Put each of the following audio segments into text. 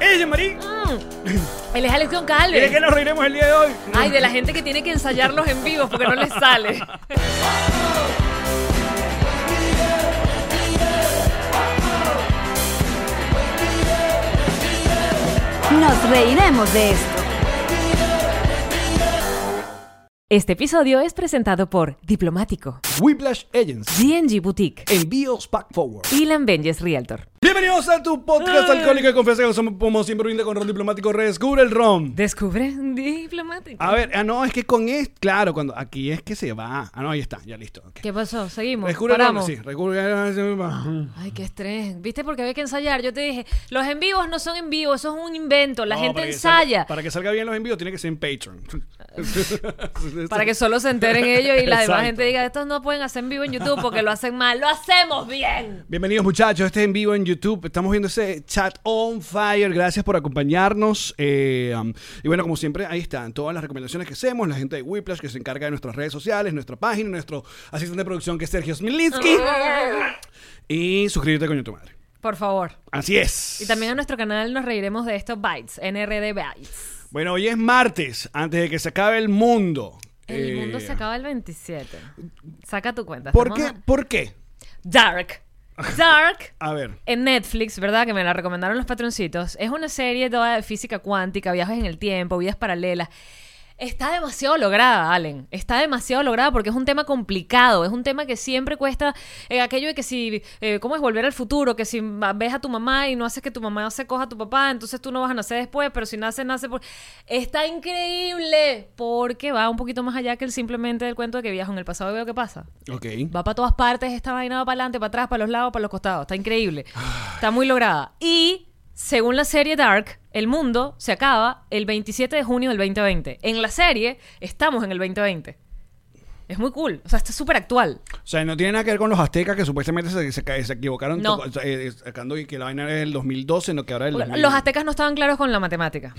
Ella Marí. Mm. Él es Alex ¿Y de qué Goncalves. nos reiremos el día de hoy? Ay, de la gente que tiene que ensayarlos en vivo porque no les sale. Nos reiremos de esto. Este episodio es presentado por Diplomático, Whiplash Agents. DNG Boutique Envíos Pack Forward. y Lambenges Realtor. Bienvenidos a tu podcast Ay. alcohólico y confianza que somos como siempre brinda con Ron Diplomático. Redescubre el Ron. Descubre Diplomático. A ver, ah, no, es que con esto, claro, cuando aquí es que se va. Ah, no, ahí está, ya listo. ok. ¿Qué pasó? Seguimos. Redescubre el Ron, Paramos. sí, redescubre el Ron. Ay, qué estrés. ¿Viste? Porque había que ensayar. Yo te dije, los en vivos no son en vivo, eso es un invento. La No, gente para que ensaya. salga- para que salga bien los envíos, tiene que ser en Patreon. Para que solo se enteren ellos y la Exacto. demás gente diga, estos no pueden hacer en vivo en YouTube porque lo hacen mal. ¡Lo hacemos bien! Bienvenidos muchachos, este es en vivo en YouTube. Estamos viendo ese chat on fire. Gracias por acompañarnos. Eh, um, y bueno, como siempre, ahí están todas las recomendaciones que hacemos. La gente de Whiplash que se encarga de nuestras redes sociales, nuestra página, nuestro asistente de producción que es Sergio Smilinski. y suscríbete coño tu madre. Por favor. Así es. Y también a nuestro canal nos reiremos de estos bytes, NRD Bytes. Bueno, hoy es martes, antes de que se acabe el mundo. El mundo Eh, se acaba el 27. Saca tu cuenta. ¿Por qué? estamos a- ¿Por qué? Dark. Dark. A ver. En Netflix, ¿verdad? Que me la recomendaron los patroncitos. Es una serie toda de física cuántica, viajes en el tiempo, vidas paralelas. Está demasiado lograda, Allen. Está demasiado lograda porque es un tema complicado. Es un tema que siempre cuesta eh, aquello de que si, eh, ¿cómo es volver al futuro? Que si va- ves a tu mamá y no haces que tu mamá se coja a tu papá, entonces tú no vas a nacer después, pero si naces, nace por... Está increíble porque va un poquito más allá que el simplemente el cuento de que viajo en el pasado y veo qué pasa. Ok. Va para todas partes, esta vaina va para adelante, para atrás, para los lados, para los costados. Está increíble. Está muy lograda. Y según la serie Dark, el mundo se acaba el 27 de junio del 2020. En la serie estamos en el 2020. Es muy cool. O sea, está súper actual. O sea, no tiene nada que ver con los aztecas que supuestamente se, se, ca- se equivocaron No. toco- eh, sacando y que la vaina era del 2012, no que ahora es el Porque 2000. Los aztecas no estaban claros con la matemática.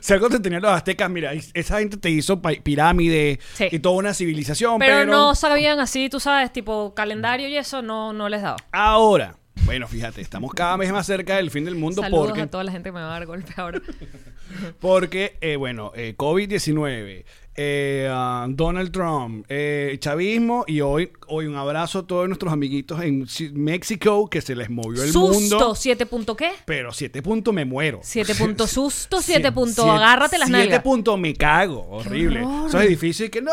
Si algo te tenían los aztecas, mira, es- esa gente te hizo pa- pirámide Sí. y toda una civilización, pero, Pero, no sabían así, tú sabes, tipo calendario y eso no, no les daba. ahora. Bueno, fíjate, estamos cada vez más cerca del fin del mundo Saludos porque, a toda la gente que me va a dar golpe ahora. porque eh, bueno, eh, COVID-19, eh, ah, Donald Trump, eh, chavismo y hoy, hoy un abrazo a todos nuestros amiguitos en Si- México que se les movió el Susto, mundo. 7 punto qué? Pero 7 puntos me muero. 7 punto susto, 7 Siete- punto siete- agárrate las siete nalgas. punto me cago. Horrible. horror. Eso es difícil que no.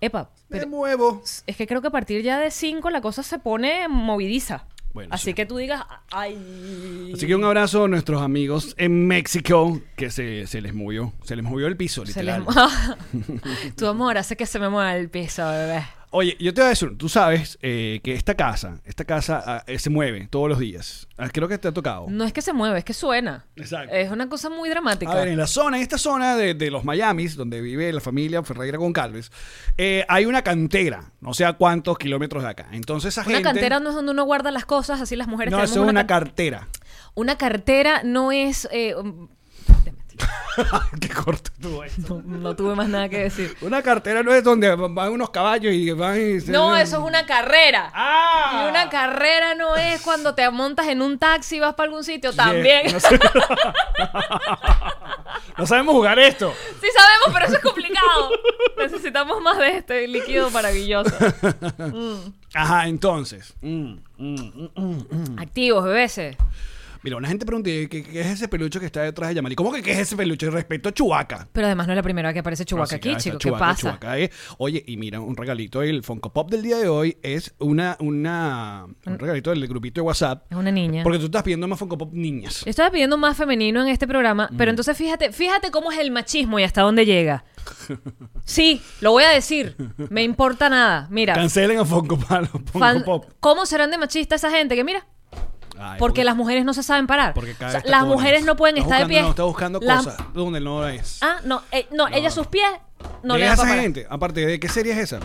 Epa, Me pero muevo. es que creo que a partir ya de 5 la cosa se pone movidiza. Bueno, Así sí. que tú digas, ay. Así que un abrazo a nuestros amigos en México que se, se les movió. Se les movió el piso, Se les literal. mu- tu amor hace que se me mueva el piso, bebé. Oye, yo te voy a decir, tú sabes eh, que esta casa, esta casa ah, eh, se mueve todos los días. Ah, Creo que te ha tocado. No es que se mueve, es que suena. Exacto. Es una cosa muy dramática. A ver, en la zona, en esta zona de, de los Miamis, donde vive la familia Ferreira Goncalves, eh, hay una cantera, no sé a cuántos kilómetros de acá. Entonces esa una gente... cantera no es donde uno guarda las cosas, así las mujeres No, tenemos eso es una, una cartera. cartera. una cartera no es eh, um, Qué corto tú eres. no, no tuve más nada que decir. Una cartera no es donde van unos caballos y van y se- No, eso es una carrera. Este ¡Ah! Y una carrera no es cuando te montas en un taxi y vas para algún sitio Yeah, también. No, sé- No sabemos jugar esto. Sí sabemos, pero eso es complicado. Necesitamos más de este líquido maravilloso. Ajá, entonces. mm, mm, mm, mm. Activos, bebés. Mira, una gente pregunta, ¿qué, qué es ese peluche que está detrás de Yamari? ¿Cómo que qué es ese peluche? Respecto a Chubaca. ah, Pero además no es la primera vez que aparece Chihuahua aquí, chico. ¿Qué pasa? eh. Oye, y mira, un regalito. El Funko Pop del día de hoy es una, una, un regalito del grupito de WhatsApp. Es una niña. Porque tú estás pidiendo más Funko Pop niñas. Yo estaba pidiendo más femenino en este programa, Mm. pero entonces fíjate, fíjate cómo es el machismo y hasta dónde llega. Sí, lo voy a decir. Me importa nada. Mira, Cancelen a Funko, Pop- a Funko fan- Pop. ¿cómo serán de machista esa gente? Que mira, Ay, porque las mujeres no se saben parar. porque cada O sea, vez está las todo mujeres eso. no pueden Está estar de buscando- pie. No, está buscando Las- cosas donde no es. Ah, no, eh, no, ella sus pies no ¿De le esa da para parar. gente? Aparte, ¿de qué serie es esa?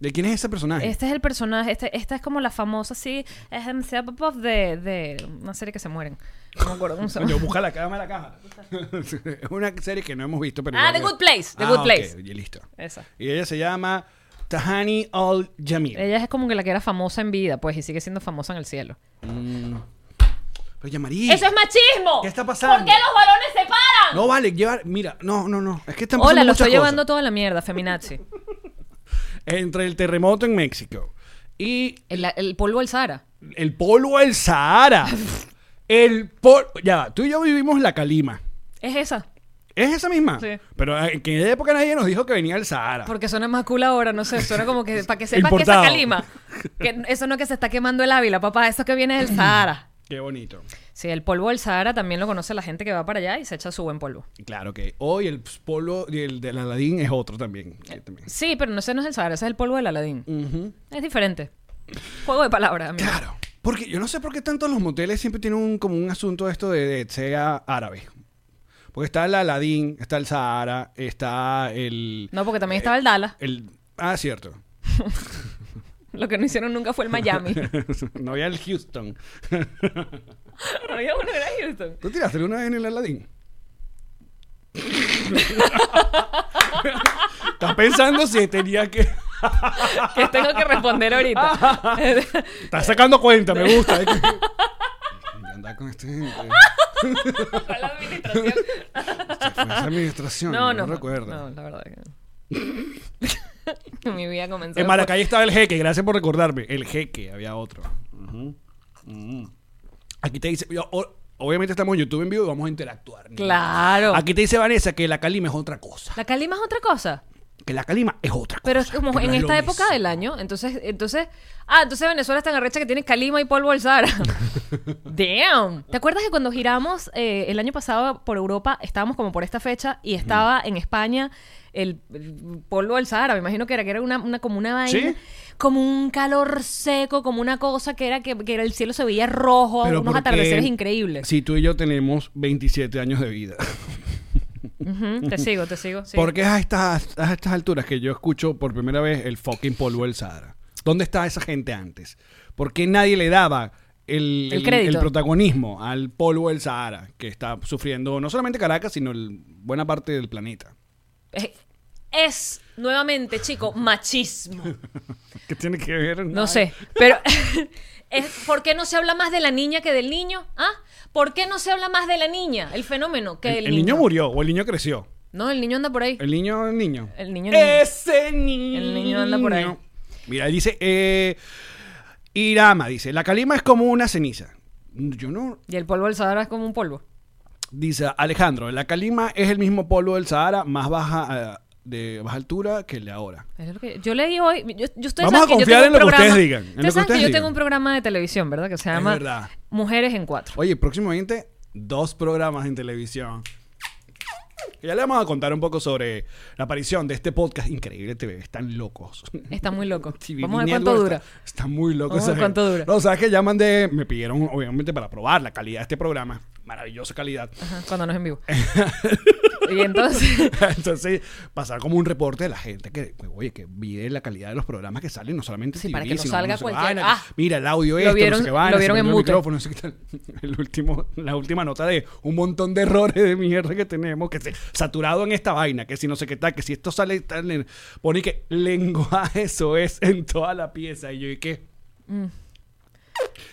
¿De quién es ese personaje? Este es el personaje, este, esta es como la famosa, sí, es demasiado Popov de, de una serie que se mueren. No me acuerdo cómo se Yo llama. busca la cama, la caja. es una serie que no hemos visto, pero... Ah, igual The que- Good Place, The Ah, Good ok, Place. y listo. Esa. Y ella se llama Tahani Al Jamil. Eh, Ella es como que la que era famosa en vida, pues, y sigue siendo famosa en el cielo. Lo llamaría. ¡Eso es machismo! ¿Qué está pasando? ¿Por qué los balones se paran? No vale, llevar. Mira, no, no, no. Es que están pasando Hola, lo muchas estoy cosas. llevando toda la mierda, feminazi. Entre el terremoto en México y El, el polvo del Sahara. el polvo del Sahara. el polvo. Ya, va, tú y yo vivimos la calima. Es esa. ¿Es esa misma? Sí. Pero eh, que en aquella época nadie nos dijo que venía el Sahara. Porque suena más cool ahora, no sé, suena como que para que sepas que Importado. esa calima. Que eso no es que se está quemando el Ávila, papá, eso que viene es el Sahara. Qué bonito. Sí, el polvo del Sahara también lo conoce la gente que va para allá y se echa su buen polvo. Y Claro que hoy el polvo y el del Aladín es otro también. que también. Sí, pero no, ese no es el Sahara, ese es el polvo del Aladín. Ujú. Es diferente. Juego de palabras, amigo. Claro. Porque yo no sé por qué tanto los moteles siempre tienen un, como un asunto esto de, de sea árabe. Porque está el Aladín, está el Sahara, está el... No, porque también estaba el Dala. el ah, cierto. Lo que no hicieron nunca fue el Miami. no había el Houston. No había uno que era Houston. ¿Tú tiraste alguna vez en el Aladín? Estás pensando si tenía que... Que este tengo que responder ahorita. Estás sacando cuenta, me gusta. ¿eh? Y andar con este gente. Fue la Se administración. fue esa administración. No, no. recuerdo. No, la verdad que no. Mi vida comenzó. En Maracay estaba el jeque, gracias por recordarme. El jeque, había otro. Ujú. Mm. Aquí te dice, yo, o- obviamente estamos en YouTube en vivo y vamos a interactuar. ¿no? Claro. Aquí te dice Vanessa que la calima es otra cosa. La calima es otra cosa. Que la calima es otra cosa. Pero es como que en no es lo esta época mismo. del año, entonces, entonces, ah, entonces Venezuela es tan arrecha que tiene calima y polvo del Sahara. Damn. ¿Te acuerdas que cuando giramos eh, el año pasado por Europa, estábamos como por esta fecha y estaba en España el, el polvo del Sahara, me imagino que era que era una, una como una vaina, ¿Sí? como un calor seco, como una cosa que era que, que era el cielo se veía rojo, Pero unos porque atardeceres increíbles. Si tú y yo tenemos 27 años de vida. Ujú, te sigo, te sigo. sí. Porque es a estas, a estas alturas que yo escucho por primera vez el fucking polvo del Sahara. ¿Dónde estaba esa gente antes? ¿Por qué nadie le daba el, El crédito. protagonismo al polvo del Sahara que está sufriendo no solamente Caracas, sino el- buena parte del planeta? Es, es, nuevamente, chico, machismo. ¿Qué tiene que ver? No sé, pero es- ¿por qué no se habla más de la niña que del niño? ¿Ah? ¿Por qué no se habla más de la niña, el fenómeno, que El, del el niño murió o el niño creció. No, el niño anda por ahí. El niño, el niño. El niño, el niño. Ese niño. El niño anda por ahí. Mira, dice eh, Irama, dice, la calima es como una ceniza. Yo no, Y el polvo del Sahara es como un polvo. Dice Alejandro, la calima es el mismo polvo del Sahara, más baja eh, de baja altura que el de ahora. Es lo que- yo leí hoy. Yo, yo- ustedes Vamos saben a que yo confiar tengo en un lo que ustedes programa- digan, en lo que Ustedes saben que ustedes yo digan. tengo un programa de televisión, ¿verdad? Que se Es llama verdad. Mujeres en Cuatro. Oye, próximamente dos programas en televisión. Ya le vamos a contar un poco sobre la aparición de este podcast increíble TV. Están locos. Está muy loco. TV Vamos a ver Network cuánto está- dura. Está, muy loco. Vamos a esa ver gente. cuánto dura. No, sabes que ya mandé, me pidieron obviamente para probar la calidad de este programa. Maravillosa calidad. Ajá, Cuando no es en vivo. y entonces. Entonces, pasar como un reporte de la gente que, que, oye, que mide la calidad de los programas que salen, no solamente Sí, TV, para que no sino salga sé qué cualquier- vaina, que- ¡Ah! mira, el audio Lo esto, vieron- no sé qué vaina, lo vieron se en perdió el mute. micrófono, no sé qué tal. El último, la última nota de un montón de errores de mierda que tenemos, que se saturado en esta vaina, que si no sé qué tal, que si esto sale tal, en- pone que lenguaje eso es en toda la pieza. Y yo, ¿y qué?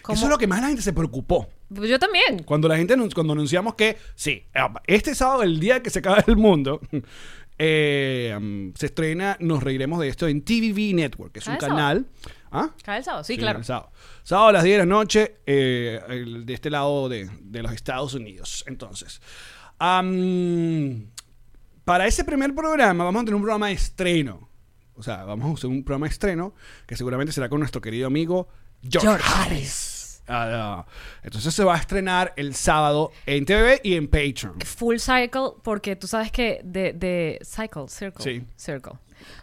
¿cómo? Eso es lo que más la gente se preocupó. Yo también. Cuando la gente anun- cuando anunciamos que sí, este sábado, el día que se acaba el mundo, eh, mm, se estrena Nos Reiremos de esto en TVV Network, que es un Ah, el sábado. canal. ¿Ah? Cada el sábado, sí, claro. el sábado. Sábado a las 10 de la noche, eh, el- de este lado de, de los Estados Unidos. Entonces, am, para ese primer programa vamos a tener un programa de estreno. O sea, vamos a hacer un programa de estreno que seguramente será con nuestro querido amigo George, George Harris. Harris. Ah, entonces se va a estrenar el sábado en TV y en Patreon. full cycle porque tú sabes que de, de cycle, circle, Sí. circle.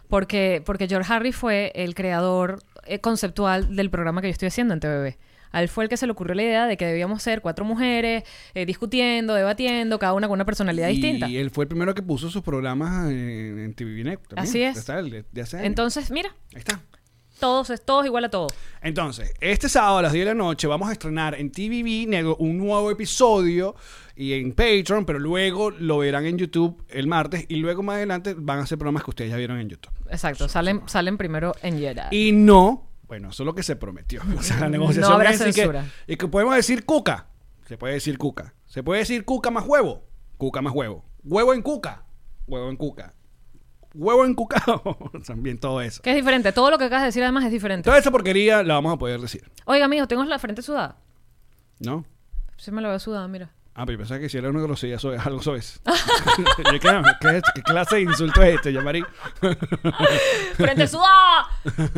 Porque, porque George Harry fue el creador eh, conceptual del programa que yo estoy haciendo en TVB. A él fue el que se le ocurrió la idea de que debíamos ser cuatro mujeres eh, discutiendo, debatiendo, cada una con una personalidad distinta. Y él fue el primero que puso sus programas en, en TV Net. también. Así es. Está el de- de hace años. Entonces, mira, Ahí está. todos es todos igual a todos. Entonces, este sábado a las 10 de la noche vamos a estrenar en TVB Negro un nuevo episodio y en Patreon, pero luego lo verán en YouTube el martes y luego más adelante van a ser programas que ustedes ya vieron en YouTube. Exacto, salen, salen primero en Yera. Y no, bueno, eso es lo que se prometió. O sea, la negociación habrá es y que- censura. Y que, podemos decir cuca. Se puede decir cuca. Se puede decir cuca más huevo. Cuca más huevo. Huevo en cuca. Huevo en cuca. Huevo en cuca. También todo eso. Que es diferente. Todo lo que acabas de decir además es diferente. Toda esa porquería la vamos a poder decir, Oiga, amigo, tengo la frente sudada. ¿no? Sí me la veo sudada, mira. Ah, pero yo pensaba que si era una grosería, eso es algo soez. Yo, ¿qué, qué, qué clase de insulto es este, Yamari? ¡Frente sudada!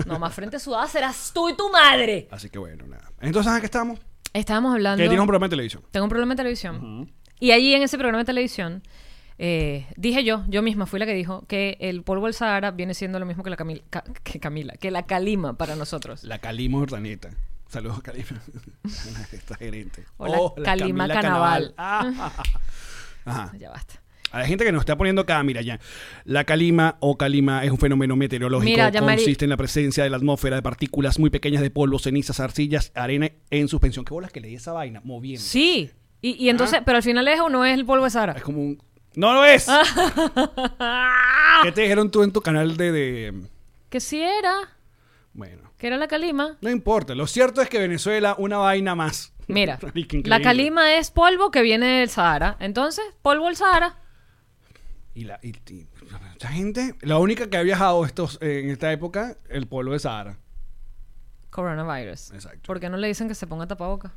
No, más frente sudada serás tú y tu madre. Así que bueno, nada. Entonces, ¿a qué estamos? Estábamos hablando... Que tiene un programa de televisión. Tengo un programa de televisión. Y allí en ese programa de televisión eh, dije yo, yo misma fui la que dijo que el polvo del Sahara viene siendo lo mismo que la Camila, que Camila, que la calima para nosotros. La Calima Jordaneta. Saludos, Calima. Esta gerente. O la Oh, Calima Camila Canaval. Ah. Ajá. Ya basta. A la gente que nos está poniendo acá, mira ya. La calima o calima es un fenómeno meteorológico. Mira, ya, Mari- Consiste en la presencia de la atmósfera de partículas muy pequeñas de polvo, cenizas, arcillas, arena en suspensión. ¿Qué bolas que leí esa vaina? Moviendo. Sí. Y, y entonces, Ah. pero al final es o no es el polvo de Sahara. Es como un... ¡No lo es! ¿Qué te dijeron tú en tu canal de... de- Que sí era, Bueno, que era la calima. no importa. Lo cierto es que Venezuela, una vaina más. Mira, Qué increíble. la calima es polvo que viene del Sahara. Entonces, polvo del Sahara. Y la... y- y- mucha gente... La única que ha viajado estos, en esta época, el pueblo de Sahara. Coronavirus. Exacto. ¿Por qué no le dicen que se ponga tapaboca?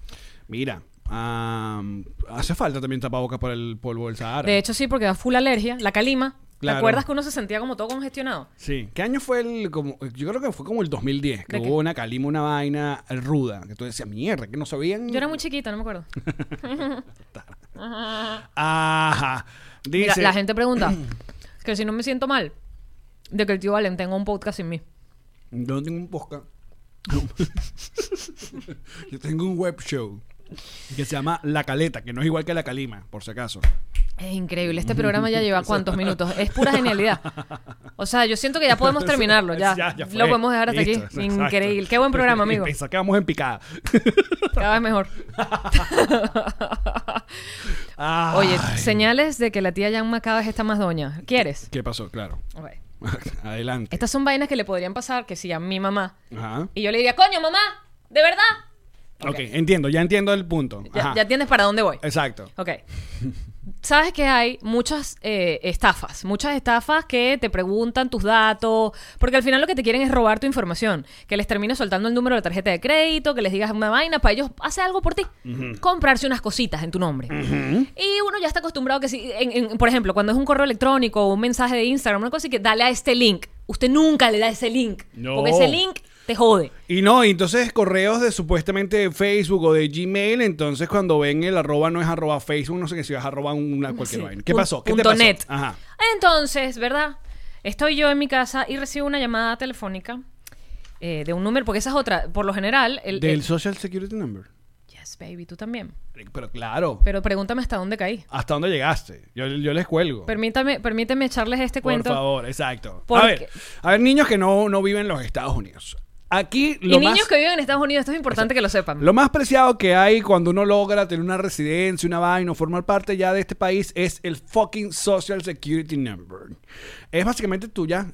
Mira, am, hace falta también tapabocas para el polvo del Sahara. De hecho, sí, porque da full alergia. La calima. Claro. ¿Te acuerdas que uno se sentía como todo congestionado? Sí. ¿Qué año fue el...? Como, yo creo que fue como el 2010, que ¿De hubo qué? una calima, una vaina ruda. Que tú decías, mierda, que no sabían... Yo era muy chiquita, no me acuerdo. Ajá. Dice... Mira, la gente pregunta que si no me siento mal de que el tío Valen tenga un podcast sin mí. Yo no tengo un podcast. Yo tengo un web show que se llama La Caleta, que no es igual que La Calima, por si acaso. Es increíble. Este programa ya lleva cuántos minutos. Es pura genialidad. O sea, yo siento que ya podemos terminarlo. Ya, fue. lo podemos dejar hasta Listo, aquí. exacto. Increíble. Qué buen programa, amigo. Pensá que vamos en picada. Cada vez mejor. Ah. Ay. Oye, señales de que la tía Yanma cada vez está más doña. ¿Quieres? ¿Qué pasó? Claro. Ok. Adelante. Estas son vainas que le podrían pasar que si a mi mamá. Ajá. Y yo le diría, coño, mamá, ¿de verdad? Ok, entiendo, ya entiendo el punto. Ya, Ajá. Eh. ya entiendes para dónde voy. Exacto. Ok. Sabes que hay muchas eh, estafas, muchas estafas que te preguntan tus datos, porque al final lo que te quieren es robar tu información, que les termines soltando el número de la tarjeta de crédito, que les digas una vaina para ellos hacer algo por ti, comprarse unas cositas en tu nombre. Y uno ya está acostumbrado que si, en- en- por ejemplo, cuando es un correo electrónico o un mensaje de Instagram, una cosa que dale a este link, usted nunca le da ese link, No. porque ese link te jode. Y no, y entonces correos de supuestamente Facebook o de Gmail, entonces cuando ven el arroba no es arroba Facebook, no sé qué, si es arroba una cualquier Sí. vaina. ¿Qué Pun- pasó? ¿Qué te punto pasó? net. Ajá. Entonces, ¿verdad? Estoy yo en mi casa y recibo una llamada telefónica eh, de un número, porque esa es otra. Por lo general, el, Del el- Social Security Number. Yes, baby, tú también. Pero claro, Pero pregúntame hasta dónde caí. ¿hasta dónde llegaste? Yo, yo les cuelgo. Permítame, permíteme echarles este Por cuento. favor, exacto. Porque- A ver, a ver, niños que no, no viven en los Estados Unidos. Aquí Y lo niños más... que viven en Estados Unidos, esto es importante que lo sepan. Lo más preciado que hay cuando uno logra tener una residencia, una vaina o formar parte ya de este país es el fucking Social Security Number. Es básicamente tuya.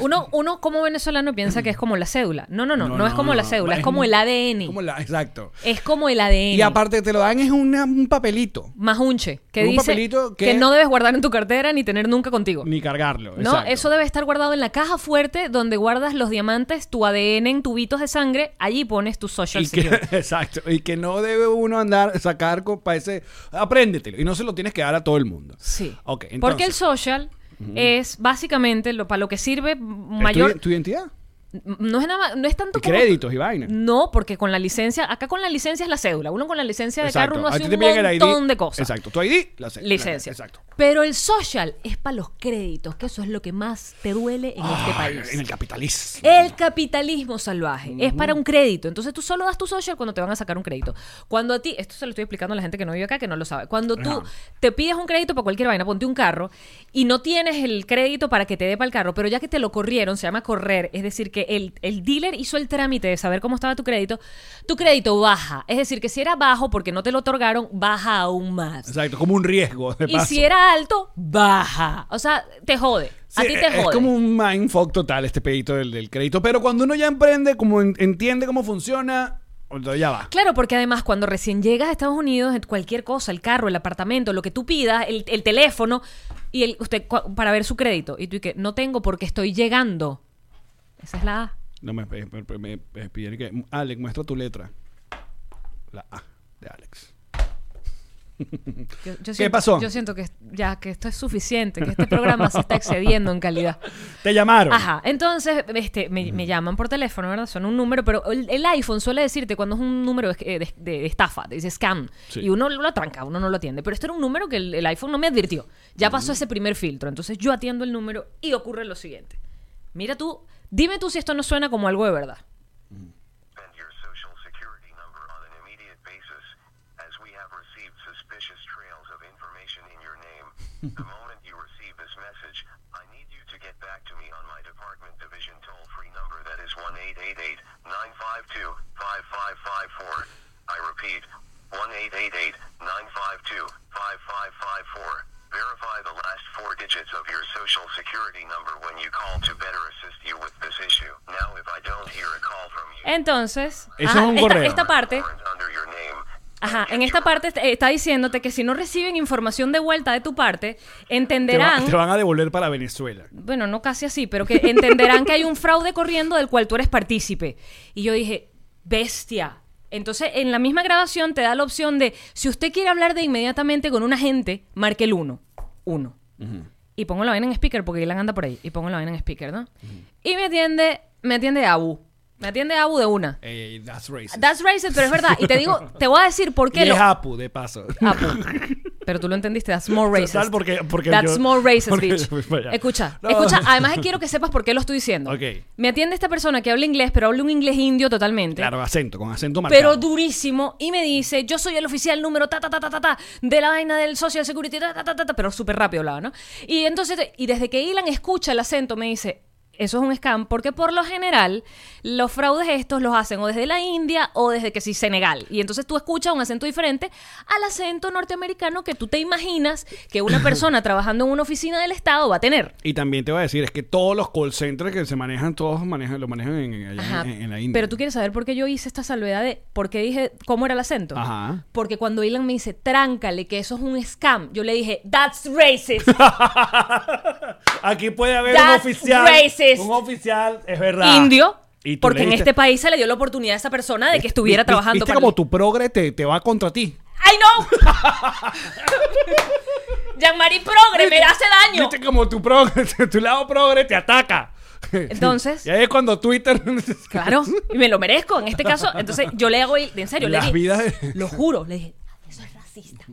Uno, uno como venezolano piensa que es como la cédula. No, no, no, no, es como la cédula, es como el ADN. Como la- exacto. Es como el ADN. Y aparte te lo dan es una- un papelito, más unche, que Un dice papelito que- que no debes guardar en tu cartera ni tener nunca contigo. ni cargarlo. No, exacto. eso debe estar guardado en la caja fuerte donde guardas los diamantes, tu ADN en tubitos de sangre. Allí pones tu social Y que, security. exacto. Y que no debe uno andar, sacar para ese... Apréndetelo. Y no se lo tienes que dar a todo el mundo. Sí. Ok, entonces... Porque el social es básicamente lo para lo que sirve ¿Es tu mayor. i- tu, identidad. No es nada más- no es tanto Y como- créditos y vaina. No, porque con la licencia, acá con la licencia es la cédula. Uno con la licencia de Exacto. carro uno A hace ti un te piden el ID. montón de cosas. Exacto. Tu ID, la ce- la- Licencia. Exacto. Pero el social es para los créditos, que eso es lo que más te duele en este Ay, país. Eh, En el capitalismo. El capitalismo salvaje es para un crédito. Entonces tú solo das tu social cuando te van a sacar un crédito. Cuando a ti, esto se lo estoy explicando a la gente que no vive acá, que no lo sabe. Cuando tú Ajá. te pides un crédito para cualquier vaina, ponte un carro y no tienes el crédito para que te dé para el carro, pero ya que te lo corrieron, se llama correr, es decir, que el, el dealer hizo el trámite de saber cómo estaba tu crédito, tu crédito baja. Es decir, que si era bajo porque no te lo otorgaron, baja aún más. Exacto, como un riesgo de Y paso. si era alto, baja. O sea, te jode. a Sí, ti es te jode. como un mindfuck total este pedito del, del crédito. Pero cuando uno ya emprende, como en- entiende cómo funciona, o- ya va. Claro, porque además cuando recién llegas a Estados Unidos, cualquier cosa, el carro, el apartamento, lo que tú pidas, el, el teléfono, y el, usted cua- para ver su crédito. Y tú y que no tengo porque estoy llegando. Esa es la A. No me, me- me- me- me pidieron que. Alex, muestra tu letra. La A de Alex. Yo- yo siento- pasó? Yo siento que es- ya que esto es suficiente, que este programa se está excediendo en calidad. Te llamaron. Ajá, entonces este, me, me llaman por teléfono, ¿verdad? Son un número, pero el, el iPhone suele decirte cuando es un número de, de- de estafa, te dice scam, Sí. y uno lo atranca, uno no lo atiende, pero este era un número que el, el iPhone no me advirtió, ya pasó ese primer filtro, entonces yo atiendo el número y ocurre lo siguiente. Mira tú, dime tú si esto no suena como algo de verdad. Send your social security number on an immediate basis, as we have received suspicious trails of information in your name. the moment you receive this message, I need you to get back to me on my department division toll-free number that is 1-888-952-5554. I repeat, 1-888-952-5554. Verify the last four digits of your social security number when you call to better assist you with this issue. Now if I don't hear a call from you... Entonces, Eso es ajá, un esta- correo. esta parte... Warrant under your name. Ajá, en esta parte est- eh, está diciéndote que si no reciben información de vuelta de tu parte, entenderán... Te, va- te van a devolver para Venezuela. bueno, no casi así, pero que entenderán que hay un fraude corriendo del cual tú eres partícipe. Y yo dije, bestia. Entonces, en la misma grabación te da la opción de, si usted quiere hablar de inmediatamente con un agente, marque el 1. 1. Y pongo la vaina en speaker, porque Ilan anda por ahí. Y pongo la vaina en speaker, ¿no? Y me atiende, me atiende Abu. Me atiende Abu de una. Ey, ey, Eh, that's racist. That's racist, pero es verdad. Y te digo, te voy a decir por qué y lo... es Apu, de paso. Apu. Pero tú lo entendiste, that's more Total, racist. porque- porque that's yo- more racist, porque bitch. yo fui para allá. Escucha, No. escucha, además quiero que sepas por qué lo estoy diciendo. Ok. Me atiende esta persona que habla inglés, pero habla un inglés indio totalmente. Claro, acento, con acento marcado. Pero durísimo, y me dice: Yo soy el oficial número ta ta ta ta ta ta de la vaina del Social Security, ta ta ta ta, ta, pero súper rápido hablaba, ¿no? Y entonces, y desde que Ilan escucha el acento, me dice: Eso es un scam, porque por lo general, los fraudes estos los hacen o desde la India o desde que sí, Senegal. Y entonces tú escuchas un acento diferente al acento norteamericano que tú te imaginas que una persona trabajando en una oficina del Estado va a tener. Y también te voy a decir, es que todos los call centers que se manejan, todos manejan, lo manejan en, en- allá Ajá. en- en la India. Pero tú quieres saber por qué yo hice esta salvedad de por qué dije cómo era el acento. Ajá. Porque cuando Ilan me dice, tráncale, que eso es un scam, yo le dije, that's racist. Aquí puede haber That's racist. oficial, es Indio. Y tú porque le en diste- este país se le dio la oportunidad a esa persona de que estuviera Vi- vi- trabajando viste para como el- tu progre te, te va contra ti. ¡Ay, no! Jean-Marie Progre me hace daño. Viste como tu progre, tu lado progre te ataca. Entonces- Y ahí es cuando Twitter... Claro, y me lo merezco en este caso. Entonces yo le hago, el- en serio, le Las dije, vidas de- lo juro, le dije, eso es racista.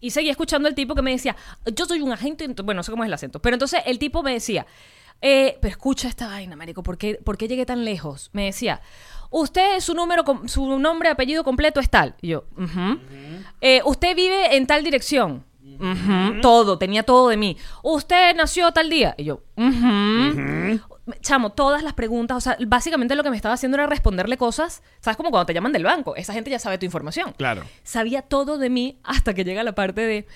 Y seguí escuchando al tipo que me decía, yo soy un agente, ento- bueno, no sé cómo es el acento, pero entonces el tipo me decía, eh, pero escucha esta vaina, marico, ¿por qué, por qué llegué tan lejos? Me decía, usted, su número, com- su nombre, apellido completo es tal. Y yo, "Ujú". Eh, usted vive en tal dirección. Ujú, Todo, tenía todo de mí. Usted nació tal día. Y yo, "Ujú". Chamo, todas las preguntas, o sea, básicamente lo que me estaba haciendo era responderle cosas, ¿sabes? Como cuando te llaman del banco, esa gente ya sabe tu información. Claro. Sabía todo de mí hasta que llega la parte de,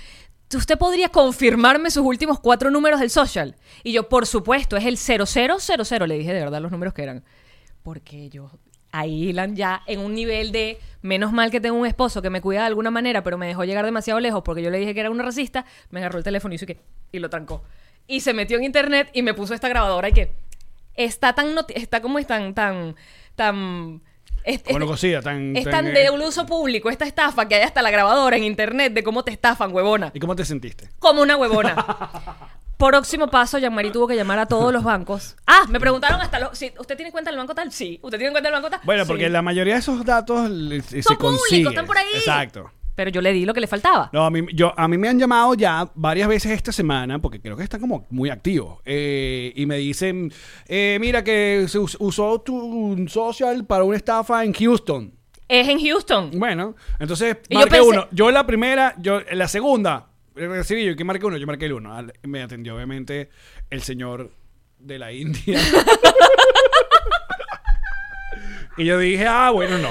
¿usted podría confirmarme sus últimos cuatro números del social? Y yo, por supuesto, es el 0000, le dije de verdad los números que eran. Porque yo, ahí Ilan ya en un nivel de, menos mal que tengo un esposo que me cuida de alguna manera, pero me dejó llegar demasiado lejos porque yo le dije que era una racista, me agarró el teléfono y, hizo que, y lo trancó. Y se metió en internet y me puso esta grabadora y que está tan, noti- está como es tan, tan, tan... es- es- Bueno, cosida, tan... es tan eh, de un uso público esta estafa que hay hasta la grabadora en internet de cómo te estafan, huevona. ¿Y cómo te sentiste? Como una huevona. Próximo paso, Jean-Marie tuvo que llamar a todos los bancos. Ah, me preguntaron hasta los... si ¿Usted tiene cuenta del banco tal? Sí. ¿Usted tiene cuenta del banco tal? Bueno, Sí. porque la mayoría de esos datos le- se Son públicos, consiguen. están por ahí. Exacto. Pero yo le di lo que le faltaba. No, a mí, yo, a mí me han llamado ya varias veces esta semana, porque creo que están como muy activos, eh, y me dicen, eh, mira que se us- usó tu un social para una estafa en Houston. Es en Houston. Bueno, entonces Y yo marqué pensé- uno. Yo la primera, yo la segunda, recibí yo, que marqué uno? Yo marqué el uno. Al- Me atendió obviamente el señor de la India. y yo dije, ah, bueno, no.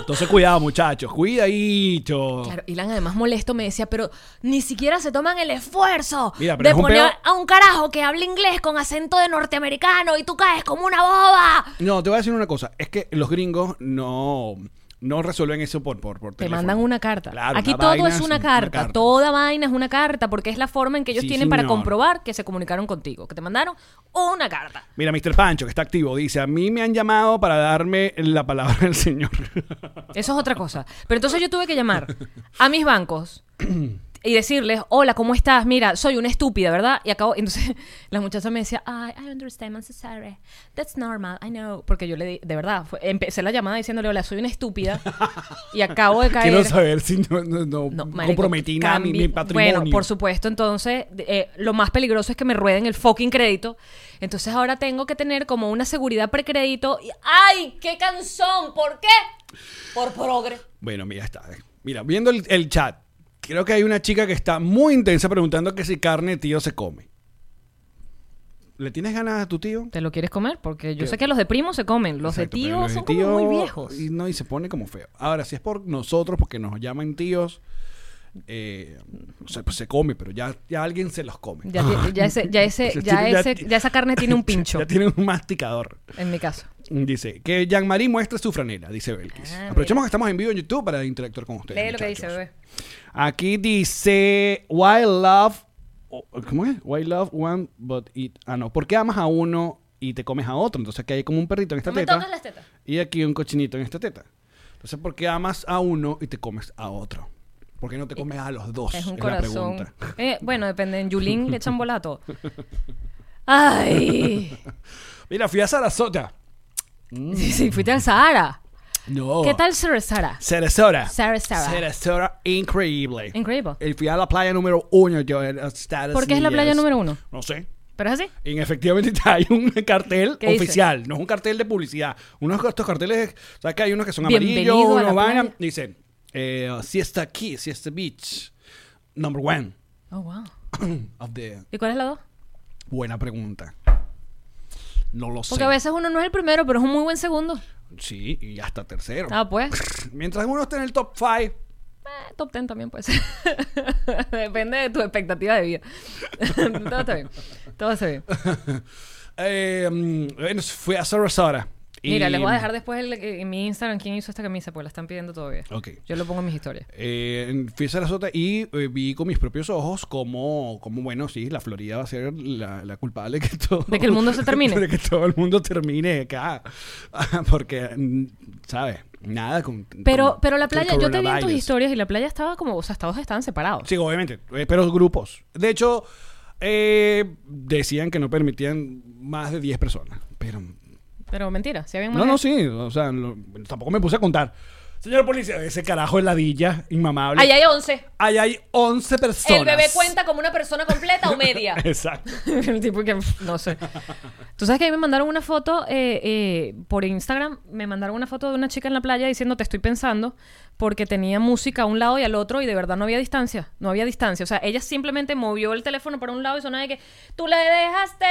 Entonces cuidado muchachos, cuidadito. Claro, Ilan además molesto me decía, pero ni siquiera se toman el esfuerzo Mira, pero de es un poner peo- a un carajo que habla inglés con acento de norteamericano y tú caes como una boba. No, te voy a decir una cosa. Es que los gringos no. no resuelven eso por, por, por Te teléfono. mandan una carta. Claro, Aquí una todo vaina es una carta. Toda vaina es una carta porque es la forma en que ellos Sí, tienen para señor. comprobar que se comunicaron contigo. Que te mandaron una carta. Mira, Mr. Pancho, que está activo, dice, a mí me han llamado para darme la palabra del señor. Eso es otra cosa. Pero entonces yo tuve que llamar a mis bancos y decirles, hola, ¿cómo estás? Mira, soy una estúpida, ¿verdad? Y acabo... Entonces la muchacha me decía, I, I understand, I'm so sorry. That's normal, I know. Porque yo le di, de verdad, fue- empecé la llamada diciéndole, hola, soy una estúpida y acabo de caer... Quiero saber si no, no- no No, marico, comprometí nada, mi, cambi- mi patrimonio. Bueno, por supuesto, entonces de- eh, lo más peligroso es que me rueden el fucking crédito. Entonces ahora tengo que tener como una seguridad precrédito. Y- ¡Ay, qué canzón! ¿Por qué? Por progre. Bueno, mira, está. Mira, viendo el, el chat, creo que hay una chica que está muy intensa preguntando que si carne de tío se come. ¿Le tienes ganas a tu tío? ¿Te lo quieres comer? Porque yo Tío. sé que los de primos se comen. Los Exacto, de pero tíos los de son tío- como muy viejos. Y, no, y se pone como feo. Ahora, si es por nosotros, porque nos llaman tíos, eh, se, pues se come, pero ya, ya alguien se los come. Ya, ti- ya ese, ya, ese, Se ya, tiene- ya ese- ti- ya esa carne tiene un pincho, ya tienen un masticador. en mi caso. Dice, que Jean-Marie muestre su franela, dice Belkis. Ah, Aprovechemos que estamos en vivo en YouTube para interactuar con ustedes. Lee lo que dice, muchachos. bebé. Aquí dice, why love, o- ¿cómo es? Why love one but it, ah no, ¿por qué amas a uno y te comes a otro? Entonces aquí hay como un perrito en esta No me teta. toques las tetas. Y aquí un cochinito en esta teta. Entonces, ¿por qué amas a uno y te comes a otro? ¿Por qué no te comes a los dos? Es un la corazón. pregunta. Eh, bueno, depende. En Yulín le echan volato. ¡Ay! Mira, fui a Sarasota. Mm. Sí, sí, fuiste al Sahara. No. ¿Qué tal Sir Sahara? Sarasota. Sarasota. Sarasota, increíble. Increíble. Y fui a la playa número uno. Yo, en las Estados ¿Por qué es la playa Unidos. número uno? No sé. ¿Pero es así? Y efectivamente hay un cartel ¿Qué dice? oficial, no es un cartel de publicidad. Uno de estos carteles, ¿sabes que hay unos que son Bienvenido amarillos, a la unos van, playa. dice, eh, Siesta Key, Siesta Beach, number one Oh, wow. of the... ¿Y cuál es la dos? Buena pregunta. No lo sé. Porque a veces uno no es el primero, pero es un muy buen segundo. Sí, y hasta tercero. Ah, pues. Mientras uno esté en el top 5, Eh, top 10 también puede ser. Depende de tu expectativa de vida. Todo está bien. Todo está bien. eh, bueno, fui a Sarasota. y- Mira, les voy a dejar después el- en mi Instagram quién hizo esta camisa, pues la están pidiendo todavía. Ok. Yo lo pongo en mis historias. Eh, fui a Sarasota y eh, vi con mis propios ojos cómo, cómo, bueno, sí, la Florida va a ser la, la culpable que todo, De que el mundo se termine. de que todo el mundo termine acá. Porque, mm, ¿sabes? Nada con. Pero, con- pero la con playa, yo te vi en tus coronavirus. historias y la playa estaba como, o sea, todos estaban separados. Sí, obviamente, eh, pero grupos. De hecho, eh, decían que no permitían más de 10 personas. Pero. Pero mentira, si habían más No, no, gente. sí. O sea, lo- tampoco me puse a contar. Señor policía, ese carajo es ladilla, inmamable. Ahí hay 11. Allá hay 11 personas. El bebé cuenta como una persona completa o media. Exacto. el tipo que no sé. Tú sabes que ahí me mandaron una foto eh, eh, por Instagram, me mandaron una foto de una chica en la playa diciendo te estoy pensando porque tenía música a un lado y al otro y de verdad no había distancia, no había distancia. O sea, ella simplemente movió el teléfono para un lado y sonaba de que tú le dejaste